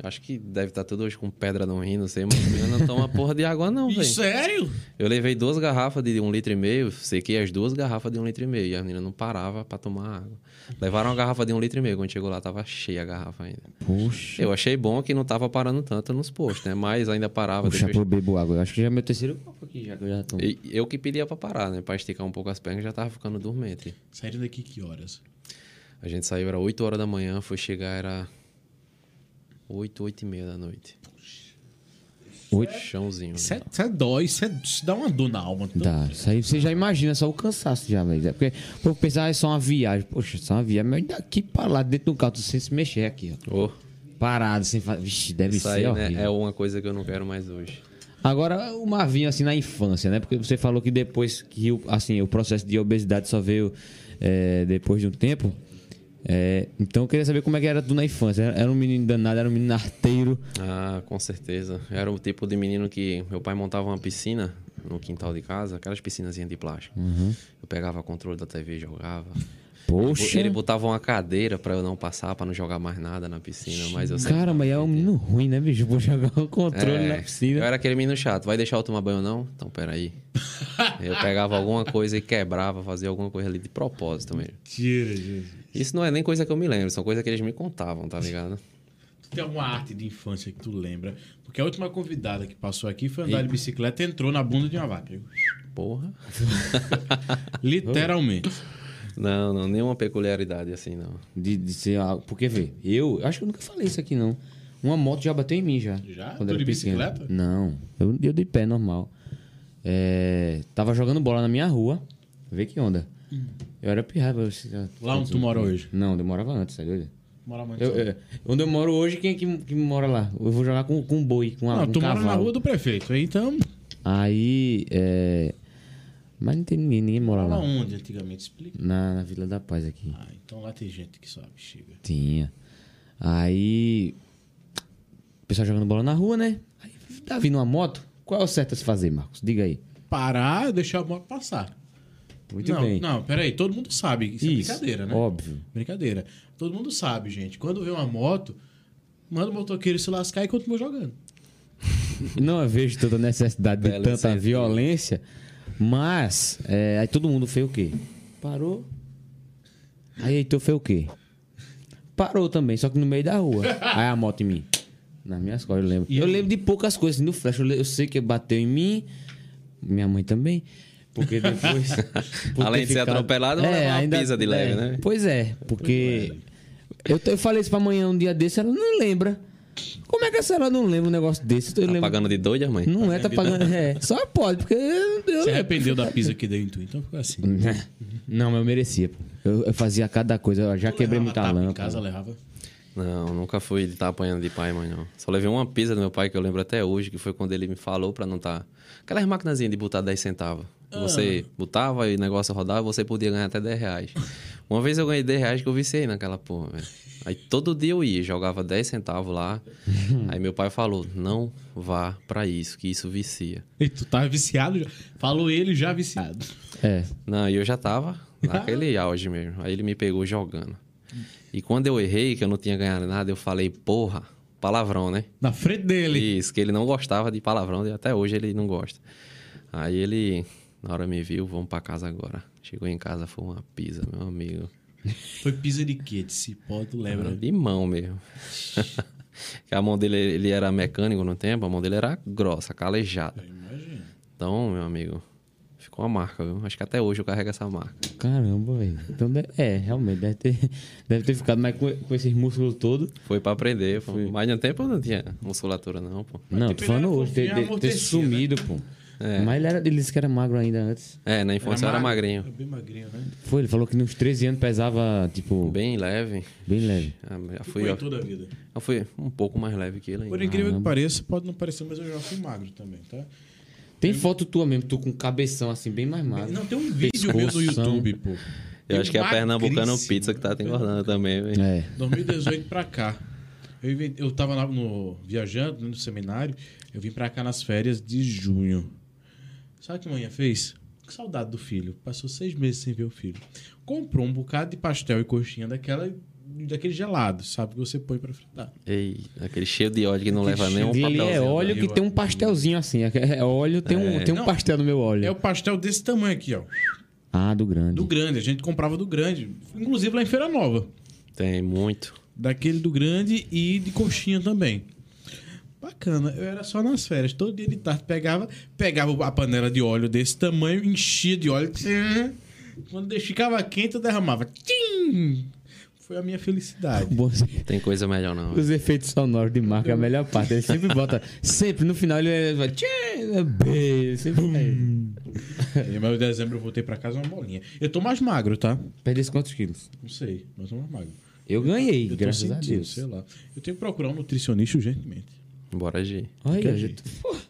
C: Acho que deve estar tudo hoje com pedra no rim, não sei, mas a menina não toma porra de água, não,
B: Ih,
C: velho.
B: sério?
C: Eu levei duas garrafas de um litro e meio, sequei as duas garrafas de um litro e meio. E a menina não parava pra tomar água. Levaram uma garrafa de um litro e meio. Quando chegou lá, tava cheia a garrafa ainda.
A: Puxa.
C: Eu achei bom que não tava parando tanto nos postos, né? Mas ainda parava.
A: Puxa,
C: depois-
A: eu bebo água. Eu acho que já é meu terceiro copo aqui, já que eu já tomo.
C: E Eu que pedia pra parar, né? Pra esticar um pouco as pernas, já tava ficando dormente.
B: Saíram daqui que horas?
C: A gente saiu, era 8 horas da manhã, foi chegar, era 8, 8 e meia da noite.
A: Oito.
C: Chãozinho. né?
B: Isso é, isso é dói, isso, é- isso dá uma dor na alma. Então,
A: Dá, isso aí você já imagina é só o cansaço já, velho. É Porque o povo pensar, ah, é só uma viagem. Poxa, é só uma viagem, mas daqui pra lá, dentro do carro, tu sem se mexer aqui, ó.
C: Oh,
A: Parado, sem fazer. Vixe, deve
C: isso
A: ser
C: aí, né?
A: horrível.
C: É uma coisa que eu não quero mais hoje.
A: Agora, o Marvinho, assim, na infância, né? Porque você falou que depois que o, assim, o processo de obesidade só veio é, depois de um tempo. É, então, eu queria saber como é que era tu na infância. Era, era um menino danado, era um menino arteiro.
C: Ah, com certeza. Eu Era o tipo de menino que meu pai montava uma piscina no quintal de casa, aquelas piscinazinhas de plástico. Eu pegava o controle da TV e jogava.
A: Poxa,
C: Ele botava uma cadeira pra eu não passar, pra não jogar mais nada na piscina, mas eu sempre-
A: cara, mas é um menino ruim, né, bicho? Vou jogar o controle na
C: É, Eu
A: piscina.
C: era aquele menino chato. Vai deixar eu tomar banho não? Então, peraí. Eu pegava alguma coisa e quebrava, fazia alguma coisa ali de propósito mesmo.
B: Tira, Jesus.
C: Isso não é nem coisa que eu me lembro, são coisas que eles me contavam, tá ligado?
B: Tu tem alguma arte de infância que tu lembra? Porque a última convidada que passou aqui foi andar de bicicleta e entrou na bunda de uma vaca.
C: Porra.
B: Literalmente.
C: Não, não, nenhuma peculiaridade assim, não.
A: De, de ser algo. Porque, vê, eu eu acho que eu nunca falei isso aqui, não. Uma moto já bateu em mim já.
B: Já?
A: Quando
B: Tu
A: era pequeno.
B: de bicicleta?
A: Não. Eu, eu de pé, normal. É, tava jogando bola na minha rua. Vê que onda. Eu era pirrava. eu-
B: Lá onde tu mora hoje?
A: Não, eu morava antes, tá doido?
B: Mora muito.
A: Eu, eu- onde eu moro hoje, quem é que, que mora lá? Eu vou jogar com, com um boi, com uma,
B: Não,
A: um
B: tu
A: cavalo.
B: mora na rua do prefeito. aí Então,
A: Aí, é... Mas não tem ninguém, ninguém mora lá.
B: lá onde antigamente? Explica.
A: Na, na Vila da Paz aqui.
B: Ah, então lá tem gente que sabe, chega.
A: Tinha. Aí. O pessoal jogando bola na rua, né? Aí tá vindo uma moto. Qual é o certo a se fazer, Marcos? Diga aí.
B: Parar, deixar a moto passar.
A: Muito
B: não,
A: bem.
B: não, peraí. Todo mundo sabe. Isso, é brincadeira, né?
A: Óbvio.
B: Brincadeira. Todo mundo sabe, gente. Quando vê uma moto, manda o motoqueiro se lascar e continua jogando.
A: Não eu vejo tanta necessidade de
C: Belo
A: tanta
C: sentido.
A: violência, mas é, aí todo mundo fez o quê? Parou. Aí Heitor fez o quê? Parou também, só que no meio da rua. Aí a moto em mim. Nas minhas costas, eu lembro. eu lembro de poucas coisas assim, no flash. Eu, le- eu sei que bateu em mim, minha mãe também. Porque depois. por
C: Além
A: ter
C: de ser atropelado, vai levar uma pisa de leve,
A: é,
C: né?
A: Pois é, porque. Eu, te- eu falei isso pra amanhã um dia desse, ela não lembra. Como é que a senhora não lembra um negócio desse? Eu
C: Tá
A: lembro-
C: pagando de doida, mãe?
A: não é, tá pagando. É, só pode, porque eu.
B: Se
A: eu
B: arrependeu da pisa que deu em tu, então ficou assim.
A: não, mas eu merecia, pô. Eu, eu fazia cada coisa, eu já
B: Tu
A: quebrei
B: levava
A: muita
B: tapa Em
A: lâmpada.
B: casa levava.
C: Não, nunca fui de estar apanhando de pai, e mãe, não. Só levei uma pizza do meu pai que eu lembro até hoje, que foi quando ele me falou pra não estar. Tá... Aquelas maquinazinhas de botar 10 centavos. Você botava e o negócio rodava, você podia ganhar até 10 reais. Uma vez eu ganhei 10 reais que eu vicei naquela porra, velho. Aí todo dia eu ia, jogava 10 centavos lá. Aí meu pai falou: não vá pra isso, que isso vicia.
E: E tu tá viciado? já. Falou ele já viciado.
A: É.
C: Não, e eu já tava naquele auge mesmo. Aí ele me pegou jogando. E quando eu errei, que eu não tinha ganhado nada, eu falei, porra, palavrão, né?
E: Na frente dele.
C: Isso, que ele não gostava de palavrão, e até hoje ele não gosta. Aí ele, na hora me viu, vamos pra casa agora. Chegou em casa, foi uma pizza, meu amigo.
B: Foi pisa de quê? De cipó, tu lembra?
C: De mão mesmo. Que a mão dele, ele era mecânico no tempo, a mão dele era grossa, calejada. Então, meu amigo, ficou uma marca, viu? Acho que até hoje eu carrego essa marca.
A: Caramba, velho. Então, de- é, realmente, deve ter, deve ter ficado, mas com, com esses músculos todos.
C: Foi pra aprender, pô. mas no tempo eu não tinha musculatura não, pô.
A: Não, tô
D: ele
A: falando
D: era
A: hoje, ter,
D: fofinho,
A: ter- ter
D: amortecia,
A: sumido, pô. Mas ele, era, ele disse que era magro ainda antes.
C: É, na infância eu era magrinho,
D: É bem magrinho, né?
A: Foi, ele falou que nos 13 anos pesava, tipo, bem,
C: bem leve.
A: leve.
C: Ah, Já fui,
D: Foi
C: ó,
D: toda a vida.
C: eu fui um pouco mais leve que ele
B: Por
C: ainda.
B: incrível que pareça, pode não parecer, mas eu já fui magro também, tá?
A: Tem foto tua mesmo, tu com cabeção assim, bem mais magro.
B: Não, tem um vídeo meu no
A: Pescoção.
B: YouTube, pô.
C: Eu acho que é a Pernambucano
B: Magríssimo.
C: Pizza que tá te engordando também, velho.
A: É.
B: 2018 pra cá. Eu, inventei- eu tava lá no, viajando né, no seminário, eu vim pra cá nas férias de junho. Sabe o que a manhã fez? Que saudade do filho. Passou seis meses sem ver o filho. Comprou um bocado de pastel e coxinha daquela, daquele gelado, sabe? Que você põe pra fritar.
C: Ei, aquele cheio de óleo que não leva nem um
A: Ele
C: papelzinho.
A: é óleo que tem um pastelzinho assim. É- É óleo, tem um, tem um
B: Não,
A: pastel no meu óleo.
B: É o pastel desse tamanho aqui, ó.
A: Ah, do grande.
B: Do grande. A gente comprava do grande. Inclusive lá em Feira Nova.
C: né? Tem muito.
B: Daquele do grande e de coxinha também. Bacana, eu era só nas férias. Todo dia de tarde pegava, pegava a panela de óleo desse tamanho, enchia de óleo. Tchim. Quando deixa- ficava quente, eu derramava. Tchim! Foi a minha felicidade.
A: Bom,
C: Tem coisa melhor não. velho.
A: Os efeitos sonoros de marca é a melhor parte. Ele sempre bota. Sempre no final ele vai. Tchê, é B, sempre. É.
B: É, Mas em dezembro eu voltei pra casa uma bolinha. Eu tô mais magro, tá?
A: Perdesse quantos quilos?
B: Não sei, mas eu tô mais magro.
A: Eu ganhei,
B: Eu tô
A: graças a
B: sentindo,
A: Deus.
B: sei lá. Eu tenho que procurar um nutricionista urgentemente.
C: Bora agir.
A: Olha, eu
B: Entendi.
A: tô-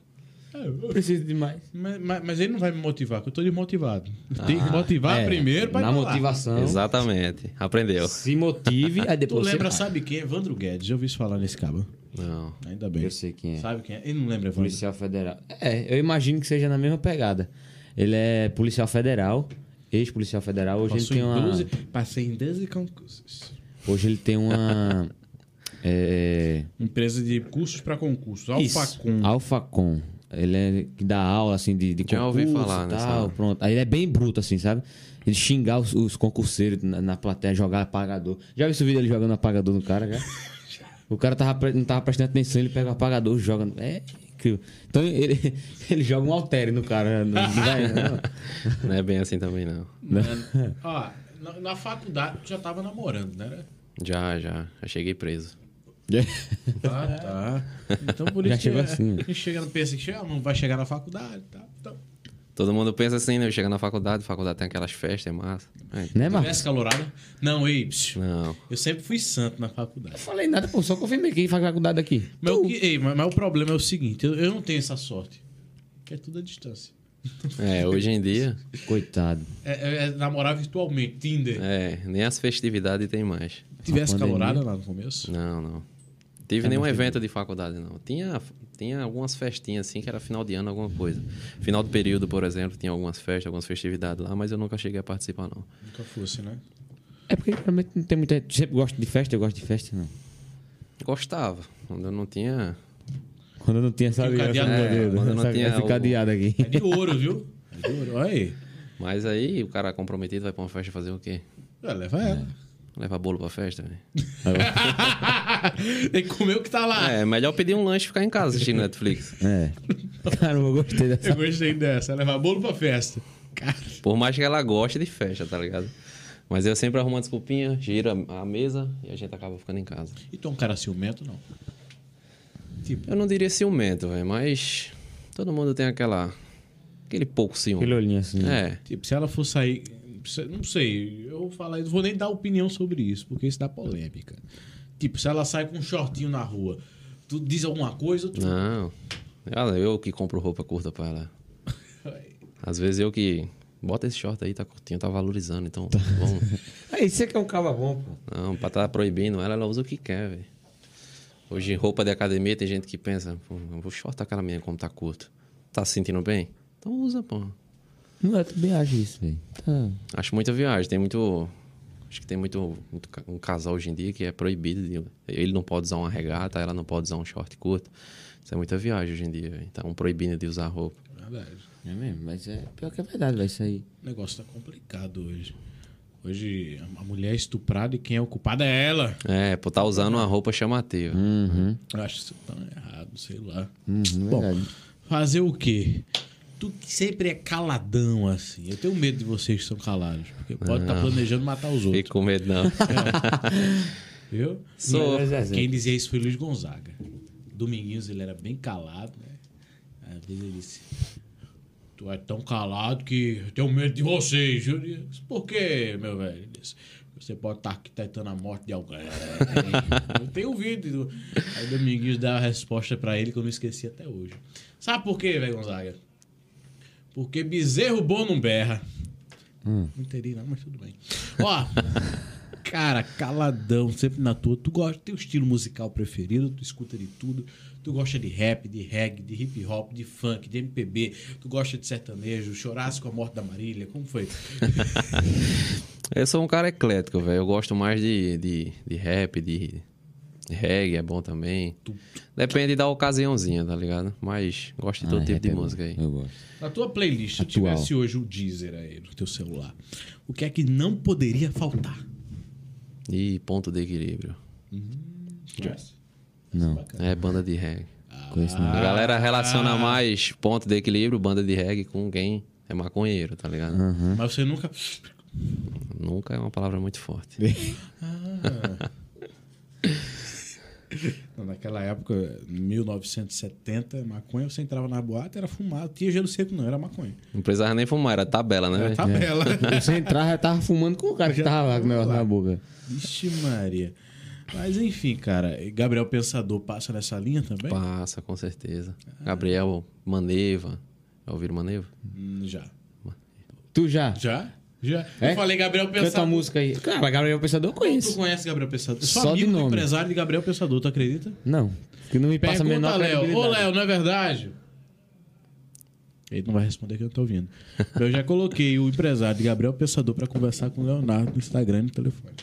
A: Pô, preciso de mais.
B: Mas, mas- mas ele não vai me motivar, porque eu tô desmotivado. Tem que motivar
A: É,
B: primeiro pra ir
A: Na
B: pra lá.
A: motivação.
C: Exatamente. Aprendeu.
A: Se motive, aí
B: Tu
A: depois. você
B: lembra,
A: vai.
B: sabe quem? Evandro Guedes. Eu ouvi isso falar nesse cabo.
C: Não.
B: Ainda bem.
A: Eu sei quem é.
B: Sabe quem é? Ele não lembra, Evandro.
A: Policial Federal. É, eu imagino que seja na mesma pegada. Ele é policial federal, ex-policial federal. Hoje ele
B: Passou
A: tem
B: em
A: uma.
B: 12 Passei em 12 concursos.
A: Hoje ele tem uma. é,
B: Empresa de cursos pra concursos.
A: isso, Ah,
B: Alfacom.
A: Alfacom. Ele é que dá aula assim de, de
C: Já ouvi
A: concurso e
C: falar nessa
A: tal,
C: aula.
A: pronto. Aí ele é bem bruto assim, sabe? Ele xingar os, os concurseiros na, na plateia, jogar apagador. Já viu esse vídeo ele jogando apagador no cara, já? O cara tava, pre- não tava prestando atenção, ele pega o apagador, joga. no- É incrível. Então ele, ele joga um altere no cara. Não, não vai, não.
C: Não é bem assim também, não.
A: né?
B: Ó, né? Ah, na, na faculdade tu já tava namorando, né?
A: É.
C: Já, já. Já cheguei preso.
B: Ah, tá. Então por
A: Já
B: isso que
A: chegou
B: é-
A: assim.
B: A gente chega no pensa que chega, ah, não vai chegar na faculdade, tá? Então,
C: Todo mundo pensa assim, né? Chega na faculdade, faculdade tem aquelas festas, é massa. É.
A: Né, Marcos?
B: tivesse calorada? Não, ei, psiu.
C: Não.
B: Eu sempre fui santo na faculdade.
A: Não falei nada, pô, só confirmei quem faz faculdade aqui.
B: Mas, o que- ei, mas- mas o problema é o seguinte, eu, eu não tenho essa sorte. Que é tudo à distância.
C: É, hoje em dia,
A: Coitado.
B: É, é- é namorar virtualmente, Tinder.
C: é, nem as festividades tem mais.
B: Tivesse
A: Uma pandemia.
B: calorada lá no começo?
C: Não, não. Tive nenhum evento de faculdade, não. Tinha, tinha algumas festinhas, assim, que era final de ano, alguma coisa. Final do período, por exemplo, tinha algumas festas, algumas festividades lá, mas eu nunca cheguei a participar, não.
B: Nunca fosse, né?
A: É porque realmente não tem muita. Sempre gosto de festa, eu gosto de festa, não.
C: Gostava. Quando eu não tinha.
A: Quando eu não tinha essa
B: Tinha o cadeado,
A: meu
B: é,
A: Deus,
C: quando eu não
A: essa-
C: tinha
A: esse
C: o-
A: cadeado aqui.
B: É de ouro, viu? É de ouro. Olha aí.
C: Mas aí o cara comprometido vai pra uma festa fazer o quê?
B: Ué, É, leva ela.
C: Leva bolo pra festa, velho.
B: Tem que comer o que tá lá.
C: É, melhor pedir um lanche e ficar em casa assistindo Netflix.
A: É. Caramba, eu gostei dessa.
B: Eu gostei dessa. é Levar bolo pra festa. Cara,
C: Por mais que ela goste de festa, tá ligado? Mas eu sempre arrumo uma desculpinha, gira a mesa e a gente acaba ficando em casa.
B: E tu é um cara ciumento, não?
C: Eu não diria ciumento, velho, mas todo mundo tem aquela. aquele pouco ciúme.
A: Aquele olhinho assim.
C: É.
B: Tipo, se ela for sair... Não sei, eu vou falar, eu não vou nem dar opinião sobre isso, porque isso dá polêmica. Tipo, se ela sai com um shortinho na rua, tu diz alguma coisa, tu.
C: Não. Ela, eu que compro roupa curta pra ela. Às vezes eu que. Bota esse short aí, tá curtinho, tá valorizando. Então, vamos.
A: Aí, você que é um cava bom, pô.
C: Não, pra tá proibindo ela, ela usa o que quer, velho. Hoje, em roupa de academia, tem gente que pensa, pô, eu vou short aquela minha como tá curto. Tá se sentindo bem? Então usa, pô.
A: Não, eu também acho isso, velho. Tá.
C: Acho muita viagem. Tem muito. Acho que tem muito, muito ca- um casal hoje em dia que é proibido. de- ele não pode usar uma regata, ela não pode usar um short curto. Isso é muita viagem hoje em dia. velho. Então, proibindo de usar roupa.
B: Verdade.
A: É mesmo, mas é pior que é verdade, vai sair.
B: Ah, O negócio tá complicado hoje. Hoje a mulher é estuprada e quem é o culpado é ela.
C: É, pô, tá usando uma roupa chamativa.
A: Uhum.
B: Eu acho isso tão errado, sei lá.
A: Uhum,
B: Bom,
A: verdade.
B: fazer o quê? Tu que sempre é caladão assim. Eu tenho medo de vocês que são calados. Porque pode estar planejando matar os outros.
C: Fique com medo, não.
B: Viu?
C: Sou.
A: Mas é assim.
B: Quem dizia isso foi Luiz Gonzaga. Dominguinhos, ele era bem calado, né? Às vezes ele disse: Tu é tão calado que eu tenho medo de vocês. Eu disse: Por quê, meu velho? Ele disse: Você pode estar arquitetando a morte de alguém. eu tenho ouvido. Aí Dominguinhos dá a resposta pra ele que eu não esqueci até hoje. Sabe por quê, velho Gonzaga? Porque bezerro bom não berra.
A: Hum.
B: Não entendi, não, mas tudo bem. Ó, cara, caladão, sempre na tua. Tu gosta, tem um estilo musical preferido, tu escuta de tudo. Tu gosta de rap, de reggae, de hip hop, de funk, de MPB. Tu gosta de sertanejo, chorasse com a morte da Marília. Como foi?
C: Eu sou um cara eclético, velho. Eu gosto mais de, de, de rap, de reggae, é bom também. Depende da ocasiãozinha, tá ligado? Mas gosto de todo
A: Ah,
C: tipo
A: rap
C: de
A: é bom.
C: música aí.
A: Eu gosto.
B: Na tua playlist, se tu
A: Atual.
B: tivesse hoje o Deezer aí no teu celular, o que é que não poderia faltar?
C: E ponto de equilíbrio.
A: Não.
C: É banda de reggae.
A: Conheço
B: Ah,
A: não.
C: A galera relaciona mais ponto de equilíbrio, banda de reggae, com quem é maconheiro, tá ligado?
A: Uhum.
B: Mas você nunca.
C: Nunca é uma palavra muito forte.
B: Não, Naquela época, 1970, maconha, você entrava na boate, era fumado. Tinha gelo seco, não, era maconha.
C: Não precisava nem fumar, era tabela, né?
B: Era
C: velho?
B: tabela.
A: É. Você entrar, já tava fumando com o cara que tava lá com o negócio na boca.
B: Vixe Maria. Mas enfim, cara, e Gabriel Pensador passa nessa linha também?
C: Passa, com certeza. Gabriel Maneva. Já ouviram Maneva?
B: Hum, Já.
A: Tu já?
B: Já? Já.
A: É?
B: Eu falei Gabriel
A: Canta a
B: Pensador.
A: música aí. Cara, Gabriel é um Pensador eu
B: Tu
A: conheço.
B: conhece Gabriel Pensador? Sou
A: Só de
B: amigo do
A: nome.
B: empresário de Gabriel Pensador, tu acredita?
A: Não. Que não me passa a
B: Pergunta
A: menor
B: a Léo. Ô,
A: credibilidade.
B: Léo, não é verdade? Ele não vai responder que eu não tô ouvindo. Eu já coloquei o empresário de Gabriel Pensador pra conversar com o Leonardo no Instagram e no telefone.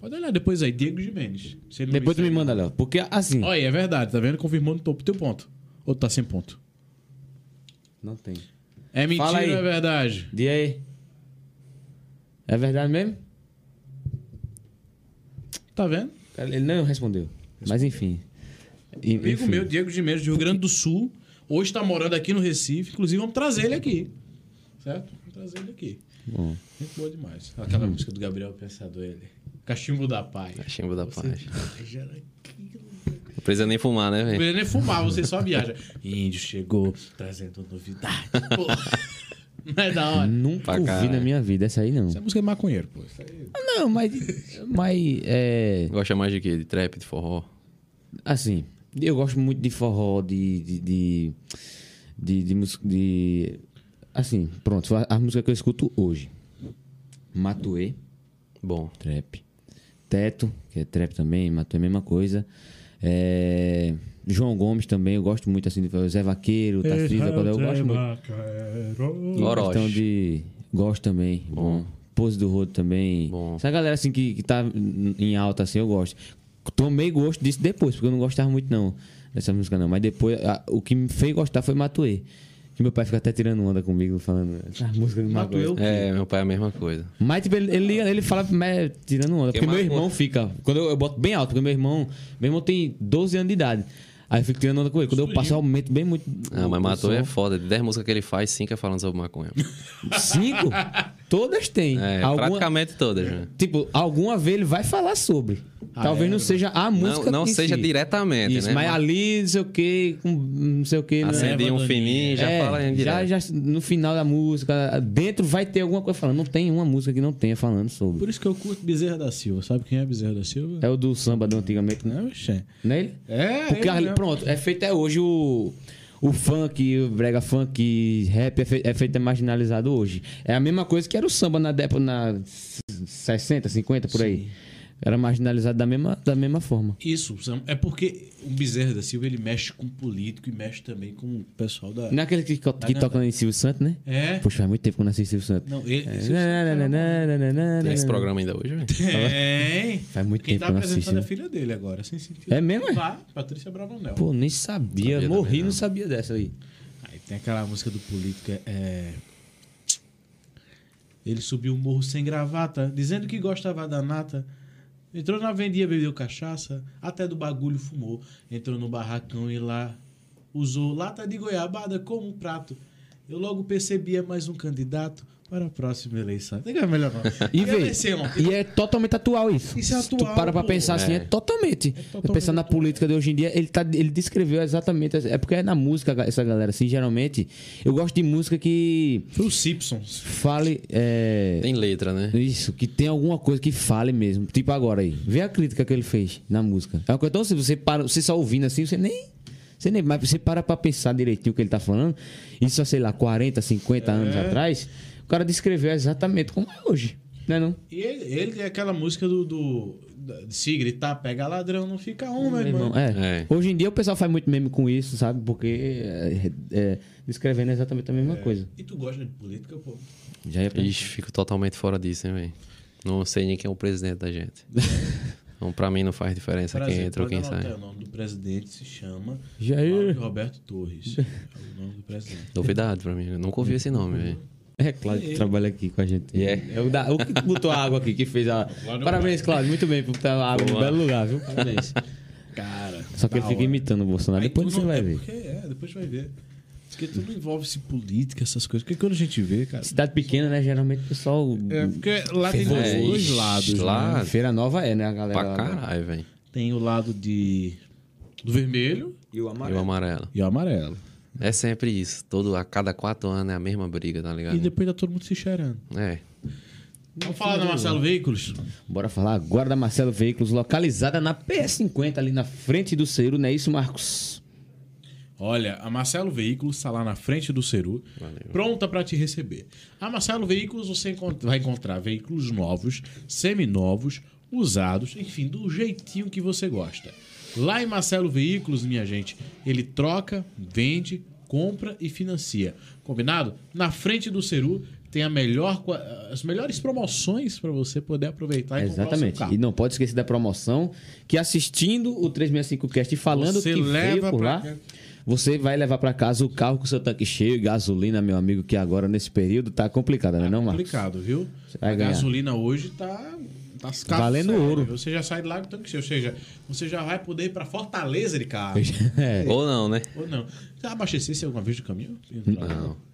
B: Pode olhar depois aí, Diego Jimenez. Se ele não
A: Depois tu me
B: segue.
A: manda, Léo. Porque assim.
B: Olha, aí, é verdade, tá vendo? Confirmou no topo teu ponto. Ou tu tá sem ponto?
A: Não tem.
B: É mentira
A: Fala aí.
B: ou é verdade?
A: Dia aí. É verdade mesmo?
B: Tá vendo?
A: Cara, Ele não respondeu. Mas enfim. E-
B: Amigo
A: enfim.
B: meu, Diego Gimenez, do Rio Grande do Sul. Hoje tá morando aqui no Recife. Inclusive, vamos trazer ele aqui. Certo? Vamos trazer ele aqui.
A: Bom. Uhum.
B: Muito boa demais. Aquela música do Gabriel Pensador, ele. Cachimbo da Paz.
C: Cachimbo da
B: Você
C: Paz.
B: viaja naquilo.
C: Não precisa nem fumar,
A: É.
C: né,
B: Não
C: velho?
B: precisa nem fumar, você só viaja. Índio chegou trazendo novidade. Pô. Não é da hora.
A: Nunca
C: Pra
A: ouvi
C: caralho.
A: na minha vida essa aí, não.
B: Essa música é maconheiro, pô. Isso aí-
A: Não, mas. Mas. É.
C: Gosta mais de quê? De trap, de forró?
A: Assim. Eu gosto muito de forró, de. De. De. de, de, mus- de- assim, pronto. A, a música que eu escuto hoje: Matuê,
C: Bom.
A: trap. Teto, que é trap também, Matuê, mesma coisa. É, João Gomes também, eu gosto muito assim. de- Zé Vaqueiro, Tarcísio, quando eu gosto muito. E
C: Orochi.
A: questão de. Gosto também. Bom. Pose do rodo também.
C: Bom.
A: Essa galera assim que, que tá em alta, assim, eu gosto. Tomei gosto disso depois, porque eu não gostava muito, não, dessa música, não. Mas depois, a- o que me fez gostar foi Matuê. Que meu pai fica até tirando onda comigo, falando essa música do Matuê.
B: Matuê, o quê?
C: É, meu pai é a mesma coisa.
A: Mas, tipo, ele, ele, ele fala mas, tirando onda.
C: Que
A: Porque meu
C: maconha.
A: irmão fica. Quando eu, eu boto bem alto, porque meu irmão. Meu irmão tem 12 anos de idade. Aí eu fico tirando onda com ele. Quando eu passo, eu aumento bem muito.
C: Ah,
A: o-
C: mas
A: o
C: Matou
A: som.
C: é foda. De 10 músicas que ele faz, 5 é falando sobre maconha.
A: Cinco? Todas têm.
C: É,
A: alguma,
C: praticamente todas, né?
A: tipo, alguma vez ele vai falar sobre. Talvez não seja a
C: Não,
A: música
C: não
A: em
C: seja
A: si.
C: diretamente,
A: Isso,
C: né?
A: mas ali, não sei o que, com não sei o que.
C: Acendi um
E: Erva
C: fininho, já
A: é,
C: fala em
A: já,
C: direto.
A: já no final da música, dentro vai ter alguma coisa falando. Não tem uma música que não tenha falando sobre.
B: Por isso que eu curto Bezerra da Silva. Sabe quem é Bezerra da Silva?
A: É o do samba do antigamente, né?
B: Não, oxê.
A: Não é ele?
B: É,
A: Porque,
B: ele
A: ali-
B: mesmo.
A: pronto, é feito é hoje o, o funk, o brega funk, rap é, fe, é feito é marginalizado hoje. É a mesma coisa que era o samba na década na s- 60, 50, por aí. Era marginalizado da mesma, da mesma forma.
B: Isso, Sam, é porque o Bezerra da Silva ele mexe com político e mexe também com o pessoal da.
A: Não é aquele que, co- que toca em Silvio Santos, né?
B: É.
A: Poxa, faz muito tempo que eu não assisto Silvio Santos.
B: Não, ele.
A: É, na, na, na, na, na, na,
C: Tem esse
A: na.
C: programa ainda hoje, velho?
B: Tem.
A: Faz muito
B: Quem
A: tempo
B: tá
A: que eu não assisto.
B: apresentando é a
A: né?
B: filha dele agora, sem sentido.
A: É mesmo, é?
B: Tá, Patrícia Bravanel.
A: Pô, nem sabia.
C: Sabia
A: Morri,
C: também,
A: não
C: não.
A: sabia dessa aí.
B: Aí tem aquela música do político, é, é. Ele subiu o morro sem gravata, dizendo que gostava da nata. Entrou na vendia, bebeu cachaça, até do bagulho fumou. Entrou no barracão e lá usou lata de goiabada como prato. Eu logo percebia mais um candidato para a próxima eleição. Tem que é melhor não.
A: E,
B: Tem que
A: vê,
B: vencer, irmão.
A: e é totalmente atual isso.
B: Isso é
A: Se
B: atual,
A: tu para pra
B: pô.
A: pensar assim, é,
C: É.
A: totalmente.
B: totalmente
A: Pensando na
B: atual.
A: política de hoje em dia, ele, tá, ele descreveu exatamente. essa- É porque é na música essa galera, assim, geralmente. Eu gosto de música que
B: Foi os Simpsons.
A: fale. é,
C: Tem letra, né?
A: isso, que tem alguma coisa que fale mesmo. Tipo agora aí. Vê a crítica que ele fez na música. É uma coisa, então, se você para, você só ouvindo assim, você nem. Você nem, mas você para pra pensar direitinho o que ele tá falando. Isso, há, sei lá, 40, 50 anos
B: É.
A: atrás, o cara descreveu exatamente como é hoje. Não é não?
B: E ele, ele é aquela música do. do da- de se gritar, pega ladrão, não fica um, meu irmão.
A: Irmão, é.
C: É.
A: Hoje em dia o pessoal faz muito meme com isso, sabe? Porque é, é, descrevendo exatamente a mesma
B: É.
A: coisa.
B: E tu gosta de política, pô?
A: Já ia
C: Ixi, fico totalmente fora disso, hein, velho? Não sei nem quem é o presidente da gente. Então, pra mim não faz diferença
B: Prazer,
C: quem entra ou
B: pode
C: quem
B: anotar,
C: sai.
B: O nome do presidente se chama
A: Jair.
B: Cláudio Roberto Torres. É o nome do presidente.
C: Novidade pra mim. Eu nunca ouvi esse nome, velho.
A: É, Cláudio que trabalha aqui com a gente. É o, da- o que botou a água aqui, que fez a. Parabéns, Cláudio. Muito bem por botar a água no belo lugar, viu? Parabéns.
B: Cara. tá
A: Só que ele fica imitando o Bolsonaro. Depois você vai
B: é
A: ver.
B: Porque, é, depois vai ver. Porque tudo envolve-se política, essas coisas. Porque quando a gente vê, cara.
A: Cidade pequena, né? Geralmente o pessoal.
B: É, porque lá tem
A: Fervoroso.
B: dois,
C: É,
B: dois
C: ixi,
B: lados. né?
C: lá
A: Feira Nova é, né, a galera?
C: pra
A: lá-
C: caralho, velho.
B: Tem o lado de. Do vermelho
A: E o é.
C: E o
A: amarelo.
C: amarelo.
B: e o amarelo.
C: É sempre isso. Todo, a cada quatro anos é a mesma briga, tá ligado?
B: E depois tá todo mundo se cheirando.
C: É.
B: Vamos falar da Marcelo Veículos?
A: Bora falar agora da Marcelo Veículos, localizada na PS50, ali na frente do Ceiro, não é isso, Marcos?
B: Olha, a Marcelo Veículos está lá na frente do Ceru, pronta para te receber. A Marcelo Veículos você encon- vai encontrar veículos novos, seminovos, usados, enfim, do jeitinho que você gosta. Lá em Marcelo Veículos, minha gente, ele troca, vende, compra e financia. Combinado? Na frente do Ceru tem a melhor, qua- as melhores promoções para você poder aproveitar e comprar o seu
A: Exatamente.
B: carro.
A: E não pode esquecer da promoção, que assistindo o 365cast e falando
B: Você
A: que veio
B: leva
A: por
B: pra
A: lá,
B: casa.
A: você vai levar pra casa o carro com seu tanque cheio e gasolina, meu amigo, que agora nesse período tá complicado, né, não, Marcos?
B: complicado, viu?
A: vai
B: a
A: ganhar.
B: gasolina hoje tá, tá as
A: Valendo ouro.
B: Você já sai de lá com tanque cheio, ou seja, você já vai poder ir para Fortaleza de carro.
A: É.
C: Ou não, né?
B: Ou não. Já abastecesse alguma vez no caminho?
C: Não.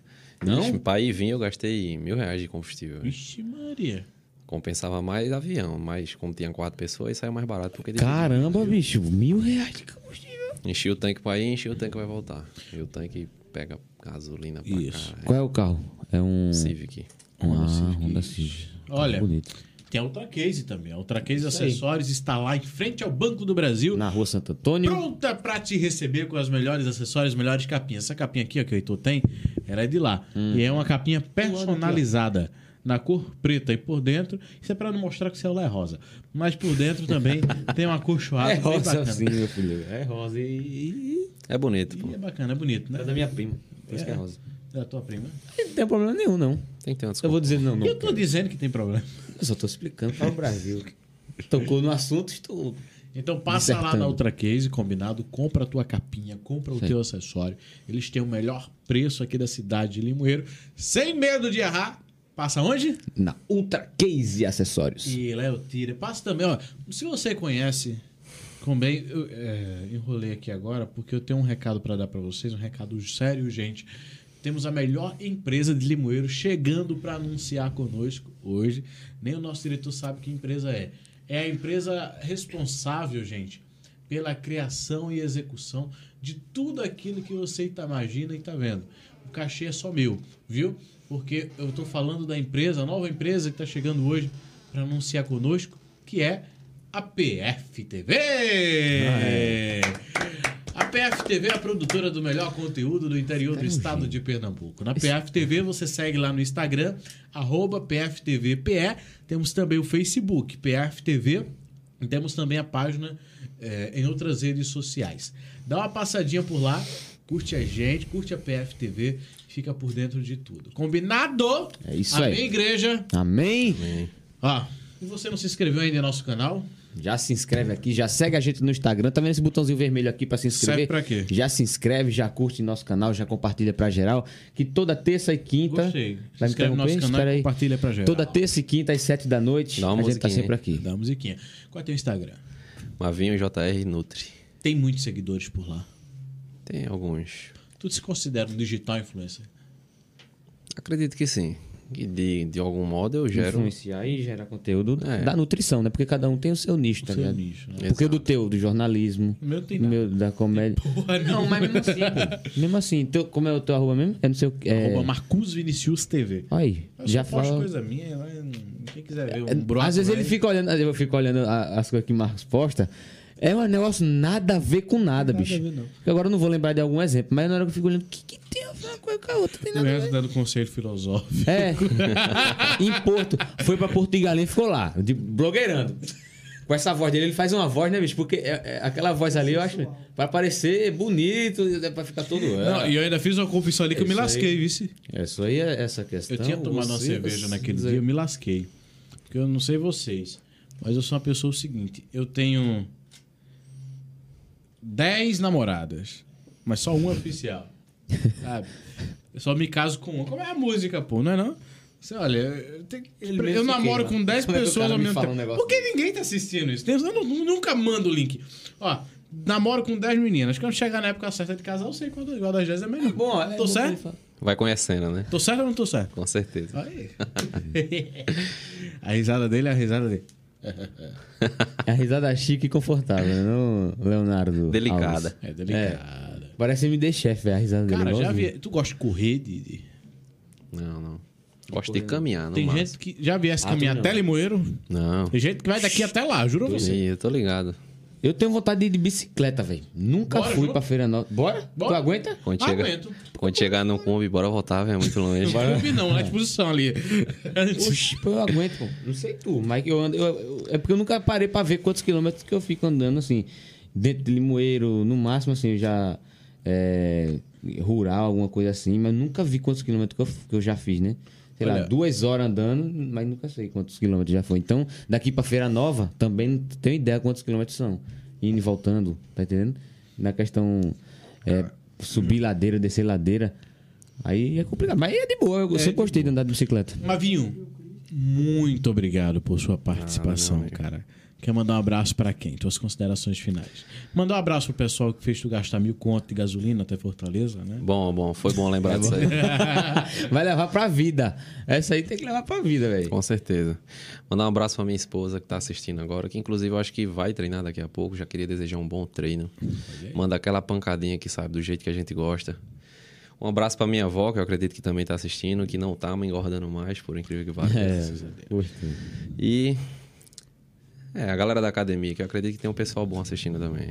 C: Não? Pra ir e vir eu gastei mil reais de combustível. velho.
B: Vixe Maria.
C: Compensava mais avião, mas como tinha quatro pessoas, saiu mais barato porque dividia.
A: Caramba, bicho, mil reais de combustível.
C: Enchi o tanque pra ir, enchi o tanque pra voltar. E o tanque pega gasolina pra
B: Isso.
C: caralho.
A: Qual é o carro? É um...
C: Civic.
A: Uma Honda Civic. É.
B: Olha.
A: Carro assim, Tá bonito.
B: Tem a Ultra Case também. A Ultra Case Acessórios está lá em frente ao Banco do Brasil.
A: Na rua Santo Antônio.
B: Pronta pra te receber com as melhores acessórios, as melhores capinhas. Essa capinha aqui ó, que o Heitor tem, ela é de lá.
A: Hum.
B: E é uma capinha personalizada. Na cor preta e por dentro, isso é pra não mostrar que o celular é rosa. Mas por dentro também tem uma acolchoada
A: É
B: bem
A: rosa
B: bacana.
A: sim, meu filho. É rosa e...
C: É bonito, pô.
B: E é bacana, é bonito, né?
A: É da minha prima. Por isso que é rosa.
B: Da tua prima.
A: Não tem problema nenhum, não.
C: Tem que ter uma
A: Eu
C: desculpa.
A: vou dizer não, não.
B: eu tô dizendo que tem problema.
A: Eu só tô explicando
C: Tá
A: para o Brasil. Tocou no assunto, estou.
B: Então passa lá
A: Dissertando.
B: na Ultra Case, combinado, compra a tua capinha, compra o teu acessório. Eles têm o melhor preço aqui da cidade de Limoeiro. Sem medo de errar, passa onde?
A: Na Ultra Case Acessórios.
B: E Léo Tira. Passa também, ó. Se você conhece, também. Eu é, enrolei aqui agora, porque eu tenho um recado pra dar pra vocês, um recado sério, gente. Temos a melhor empresa de limoeiro chegando para anunciar conosco hoje. Nem o nosso diretor sabe que empresa é. É a empresa responsável, gente, pela criação e execução de tudo aquilo que você tá imagina e tá vendo. O cachê é só meu, viu? Porque eu tô falando da empresa, a nova empresa que tá chegando hoje para anunciar conosco, que é a PFTV. A PFTV é a produtora do melhor conteúdo do interior do estado de Pernambuco. Na PFTV você segue lá no Instagram, arroba PFTVPE. Temos também o Facebook, PFTV. E temos também a página eh, em outras redes sociais. Dá uma passadinha por lá, curte a gente, curte a PFTV, fica por dentro de tudo. Combinado?
A: É isso
B: Amém,
A: aí.
B: igreja?
A: Amém?
B: Ó, se você não se inscreveu ainda no nosso canal,
A: Já se inscreve aqui, já segue a gente no Instagram. Tá vendo esse botãozinho vermelho aqui pra se
F: Serve
A: inscrever?
F: pra quê?
A: Já se inscreve, já curte nosso canal, já compartilha pra geral. Que toda terça e quinta.
B: Gostei.
A: Tá. Vai me
B: Inscreve no nosso
A: interromper?
B: canal e
A: Espera aí.
F: Compartilha pra gente.
A: Toda terça e quinta às sete da noite.
C: Dá uma
A: a gente tá
C: musiquinha,
A: sempre
C: hein?
A: aqui.
B: dá a musiquinha. Qual é teu Instagram?
C: Mavinho JR Nutri.
B: Tem muitos seguidores por lá.
C: Tem alguns.
B: Tu se considera um digital influencer?
C: Acredito que sim. E de, de algum modo eu gero. um-
A: Influenciar e gerar conteúdo
C: É.
A: da nutrição, né? Porque cada um tem o seu nicho, tá
B: seu
A: ligado?
B: nicho, né?
A: Porque o do teu, do jornalismo.
B: O meu não tem
A: o meu da comédia.
G: É.
A: não, mas mesmo assim, pô. Mesmo assim, teu, como é o teu arroba mesmo? É não sei o que. É...
B: Arroba Marcus Vinicius TV.
A: Olha aí,
G: Eu
A: já
G: só posto
A: fala.
G: coisa minha, lá, quem quiser ver
A: É,
G: um broco,
A: Às vezes
G: né?
A: ele fica olhando, eu fico olhando a- as coisas que o Marcos posta. É um negócio nada a ver com nada, bicho. Porque Agora eu não vou lembrar de algum exemplo, mas na hora que eu fico olhando, o que, que tem a ver uma coisa com a outra? Tem
F: O
A: nada a ver.
F: resto dando conselho filosófico.
A: É. em Porto. Foi pra Porto de Galinha e ficou lá, de, blogueirando. Com essa voz dele, ele faz uma voz, né, bicho? Porque é- é- aquela voz ali, eu acho, pra parecer bonito, é pra ficar todo. É,
F: Não, e eu ainda fiz uma confissão ali que eu me
A: Isso aí.
F: lasquei, vice.
A: Isso aí é essa questão.
B: Eu tinha tomado uma
A: você-
B: cerveja naquele dia, eu me lasquei. Porque eu não sei vocês, mas eu sou uma pessoa o seguinte, eu tenho 10 namoradas, mas só uma oficial. Sabe? Eu só me caso com uma. Como é a música, pô, não é não? Você olha, eu, tenho que-
A: Ele
B: eu
A: mesmo se
B: namoro
A: queima.
B: com 10
A: Como é que o
B: pessoas
A: cara
B: ao
A: me
B: mesmo
A: fala um
B: tempo.
A: negócio
B: Por que ninguém tá assistindo isso? Eu não- nunca mando o link. Ó, namoro com 10 meninas. Quando chegar na época certa de casar, eu sei quanto igual das 10 é melhor.
A: Bom, é
B: tô
A: bom
B: certo?
A: pra ele
C: Vai conhecendo, né?
B: Tô certo ou não tô certo?
C: Com certeza.
B: Aí. a risada dele é a risada dele.
A: falar. É a risada chique e confortável, né, não, Leonardo?
C: Delicada.
A: Alves?
B: É delicada.
A: Parece MD Chef, é a risada dele.
B: Cara, já
A: igualzinho.
B: vi... tu gosta de correr, Didi?
C: Não, não. Gosto de caminhar, não
B: Tem
C: mas-
B: gente que já viesse
A: Ah,
B: caminhar
A: tu não.
B: até Limoeiro.
C: Não.
B: Tem gente que vai daqui até lá, juro a você.
C: Ih, eu tô ligado.
A: Eu tenho vontade de ir de bicicleta, velho. Nunca
B: Bora,
A: fui
B: junto?
A: pra Feira Nova. Bora? Tu
B: Bora.
A: aguenta?
C: Quando
B: Ah,
C: chega,
B: aguento.
C: quando chegar no Kombi, bora voltar, velho. É muito longe.
B: Não É. clube não, na exposição ali.
A: Oxi, pô, tipo, eu aguento, pô. Não sei tu, mas eu ando. eu- eu- é porque eu nunca parei pra ver quantos quilômetros que eu fico andando, assim. Dentro de limoeiro, no máximo, assim, já. é, rural, alguma coisa assim, mas nunca vi quantos quilômetros que eu, f- que eu já fiz, né? Sei lá,
B: Olha.
A: duas horas andando, mas nunca sei quantos quilômetros já foi. Então, daqui pra Feira Nova, também não tenho ideia quantos quilômetros são. Indo e voltando, tá entendendo? Na questão é, subir ladeira, descer ladeira. Aí é complicado. Mas é de boa, eu sempre gostei de andar de bicicleta.
B: Mavinho, muito obrigado por sua participação, cara. Quer mandar um abraço pra quem? Tuas considerações finais. Mandar um abraço pro pessoal que fez tu gastar mil conto de gasolina até Fortaleza, né?
C: Bom, bom. Foi bom
B: É
C: lembrar disso aí.
A: Vai levar pra vida. Essa aí tem que levar pra vida, velho.
C: Com certeza. Mandar um abraço pra minha esposa que tá assistindo agora, que inclusive eu acho que vai treinar daqui a pouco. Já queria desejar um bom treino. Manda aquela pancadinha que sabe do jeito que a gente gosta. Um abraço pra minha avó, que eu acredito que também tá assistindo, que não tá me engordando mais, por incrível que
A: É,
C: pareça. E. É, a galera da academia, que eu acredito que tem um pessoal bom assistindo também.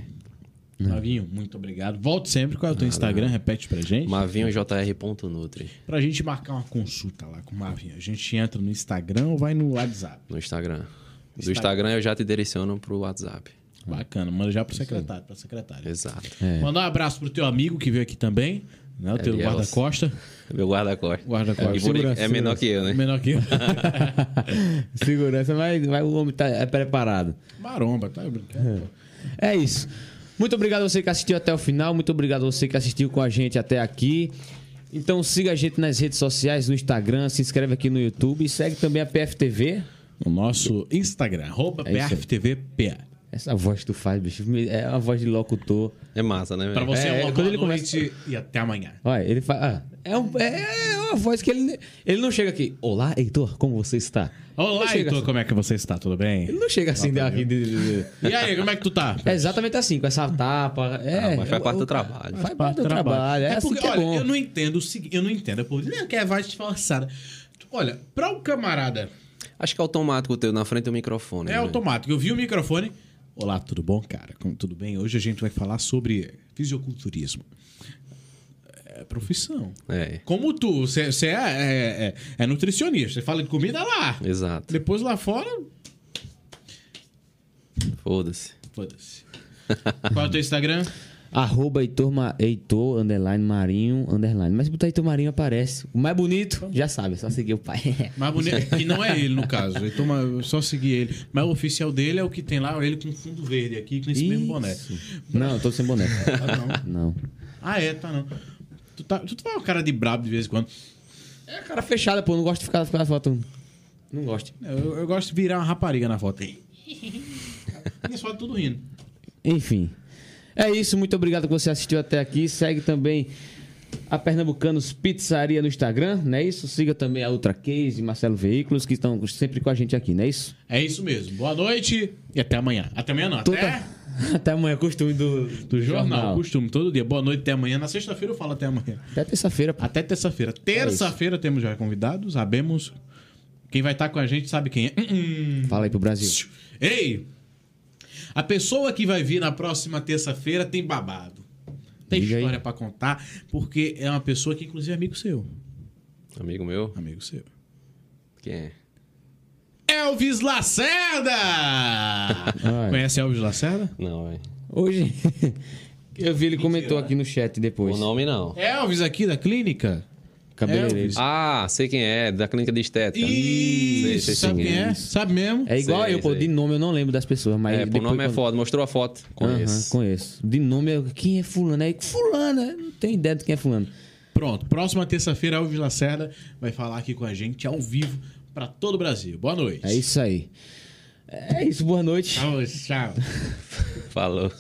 A: Né?
B: Mavinho, muito obrigado. Volte sempre. Qual é o teu Instagram? Repete pra gente.
C: MavinhoJR.Nutri
B: Pra gente marcar uma consulta lá com o Mavinho. A gente entra no Instagram ou vai no WhatsApp?
C: no Instagram. Do Instagram eu já te direciono pro WhatsApp.
B: Bacana. Manda já pro secretário, pra secretária.
C: Exato.
A: É.
B: Mandar um abraço pro teu amigo que veio aqui também, né? O teu
C: Elielson.
B: guarda-costa.
C: Meu guarda-costas.
B: Guarda-costas.
C: E por-
A: Segurança,
C: é menor
A: segurança.
C: que eu, né?
B: Menor que eu.
A: Segurança, mas, mas o homem tá é preparado.
B: Maromba, tá brincando?
A: É isso. Muito obrigado a você que assistiu até o final. Muito obrigado a você que assistiu com a gente até aqui. Então siga a gente nas redes sociais, no Instagram, se inscreve aqui no YouTube e segue também a PFTV.
B: No nosso Instagram, arroba
A: É isso aí.
B: PFTVPA.
A: Essa voz que tu faz, bicho, me- é uma voz de locutor.
C: É massa, né, velho?
B: Pra você
A: É,
B: é, uma
A: quando
B: boa
A: ele começa-
B: noite e até amanhã.
A: Olha, ele fala. ah, é, um- é uma voz que ele. Ele não chega aqui. Olá, Heitor, como você está? Ele
B: Olá,
A: chega
B: Heitor,
A: assim.
B: como é que você está? Tudo bem?
A: Ele não chega assim da vida.
B: E aí, como é que tu tá?
A: É exatamente assim, com essa tapa. É,
C: Ah, mas faz parte do trabalho.
A: Faz parte do trabalho. É, assim
B: porque,
A: que é
B: olha,
A: bom.
B: eu não entendo o seguinte, eu não entendo. Eu povo, não, que é voz disfarçada. Olha, pra um camarada,
C: Acho que é automático o teu na frente do microfone.
B: é
C: né?
B: automático. Eu vi o microfone. Olá, tudo bom, cara? Como tudo bem? Hoje a gente vai falar sobre fisiculturismo. É profissão.
C: É,
B: Como tu, você você é, é- é- é nutricionista, você fala de comida lá.
C: exato.
B: Depois lá fora,
C: Foda-se.
B: foda-se. Qual é o teu Instagram?
A: Arroba Heitor, Ma- Heitor, underline, Marinho, underline. Mas se botar Heitor Marinho aparece. O mais bonito, já sabe, é só seguir o pai.
B: Mais bonito, que não é ele, no caso. Ele toma, só seguir ele. Mas o oficial dele é o que tem lá, ele com fundo verde aqui, com esse mesmo boné.
A: Não, eu tô sem boné.
B: Ah, não.
A: Não.
B: Ah, é, tá não. Tu, tá, tu tá uma cara de brabo de vez em quando.
A: É cara fechada, pô. Não gosto de ficar, ficar na foto. Não gosto.
B: Eu, eu gosto de virar uma rapariga na foto. Minhas fotos tudo rindo.
A: Enfim. É isso, muito obrigado que você assistiu até aqui. Segue também a Pernambucanos Pizzaria no Instagram, não é isso? Siga também a Ultra Case e Marcelo Veículos, que estão sempre com a gente aqui, não é isso?
B: É isso mesmo. Boa noite e até amanhã. Até amanhã não,
A: Toda-
B: até
A: Até amanhã, costume do,
B: do jornal. Costume, todo dia. Boa noite, até amanhã. Na sexta-feira eu falo até amanhã.
A: Até terça-feira, pô.
B: Até terça-feira. Terça-feira temos já convidados, sabemos. Quem vai estar com a gente sabe quem é. Hum, hum.
A: Fala aí pro Brasil.
B: Ei! A pessoa que vai vir na próxima terça-feira tem babado. Tem
A: Diga aí.
B: história pra contar, porque é uma pessoa que, inclusive, é amigo seu.
C: Amigo meu?
B: Amigo seu.
C: Quem é?
B: Elvis Lacerda! Conhece Elvis Lacerda?
C: Não, é. velho.
A: Hoje, eu vi ele comentou aqui no chat depois.
C: O nome é não.
B: Elvis aqui da clínica?
A: Cabeleireiro.
B: Elvis.
C: Ah, sei quem é, da clínica de estética. Sei,
B: Isso,
C: sei
B: sabe
C: sim,
B: quem é? Sabe mesmo?
A: É igual
C: Sei,
A: eu, pô.
C: sei.
A: De nome eu não lembro das pessoas, mas...
C: É, pô, o
A: depois
C: nome é
A: quando-
C: foda. Mostrou a foto.
A: Aham,
C: Conheço.
A: conheço. De nome, eu... quem é fulano? Aí, fulano, eu não tenho ideia de quem é fulano.
B: Pronto, próxima terça-feira, Elvis Lacerda vai falar aqui com a gente ao vivo pra todo o Brasil. Boa noite.
A: É isso aí. É isso, boa noite.
B: Tchau, tchau.
C: Falou.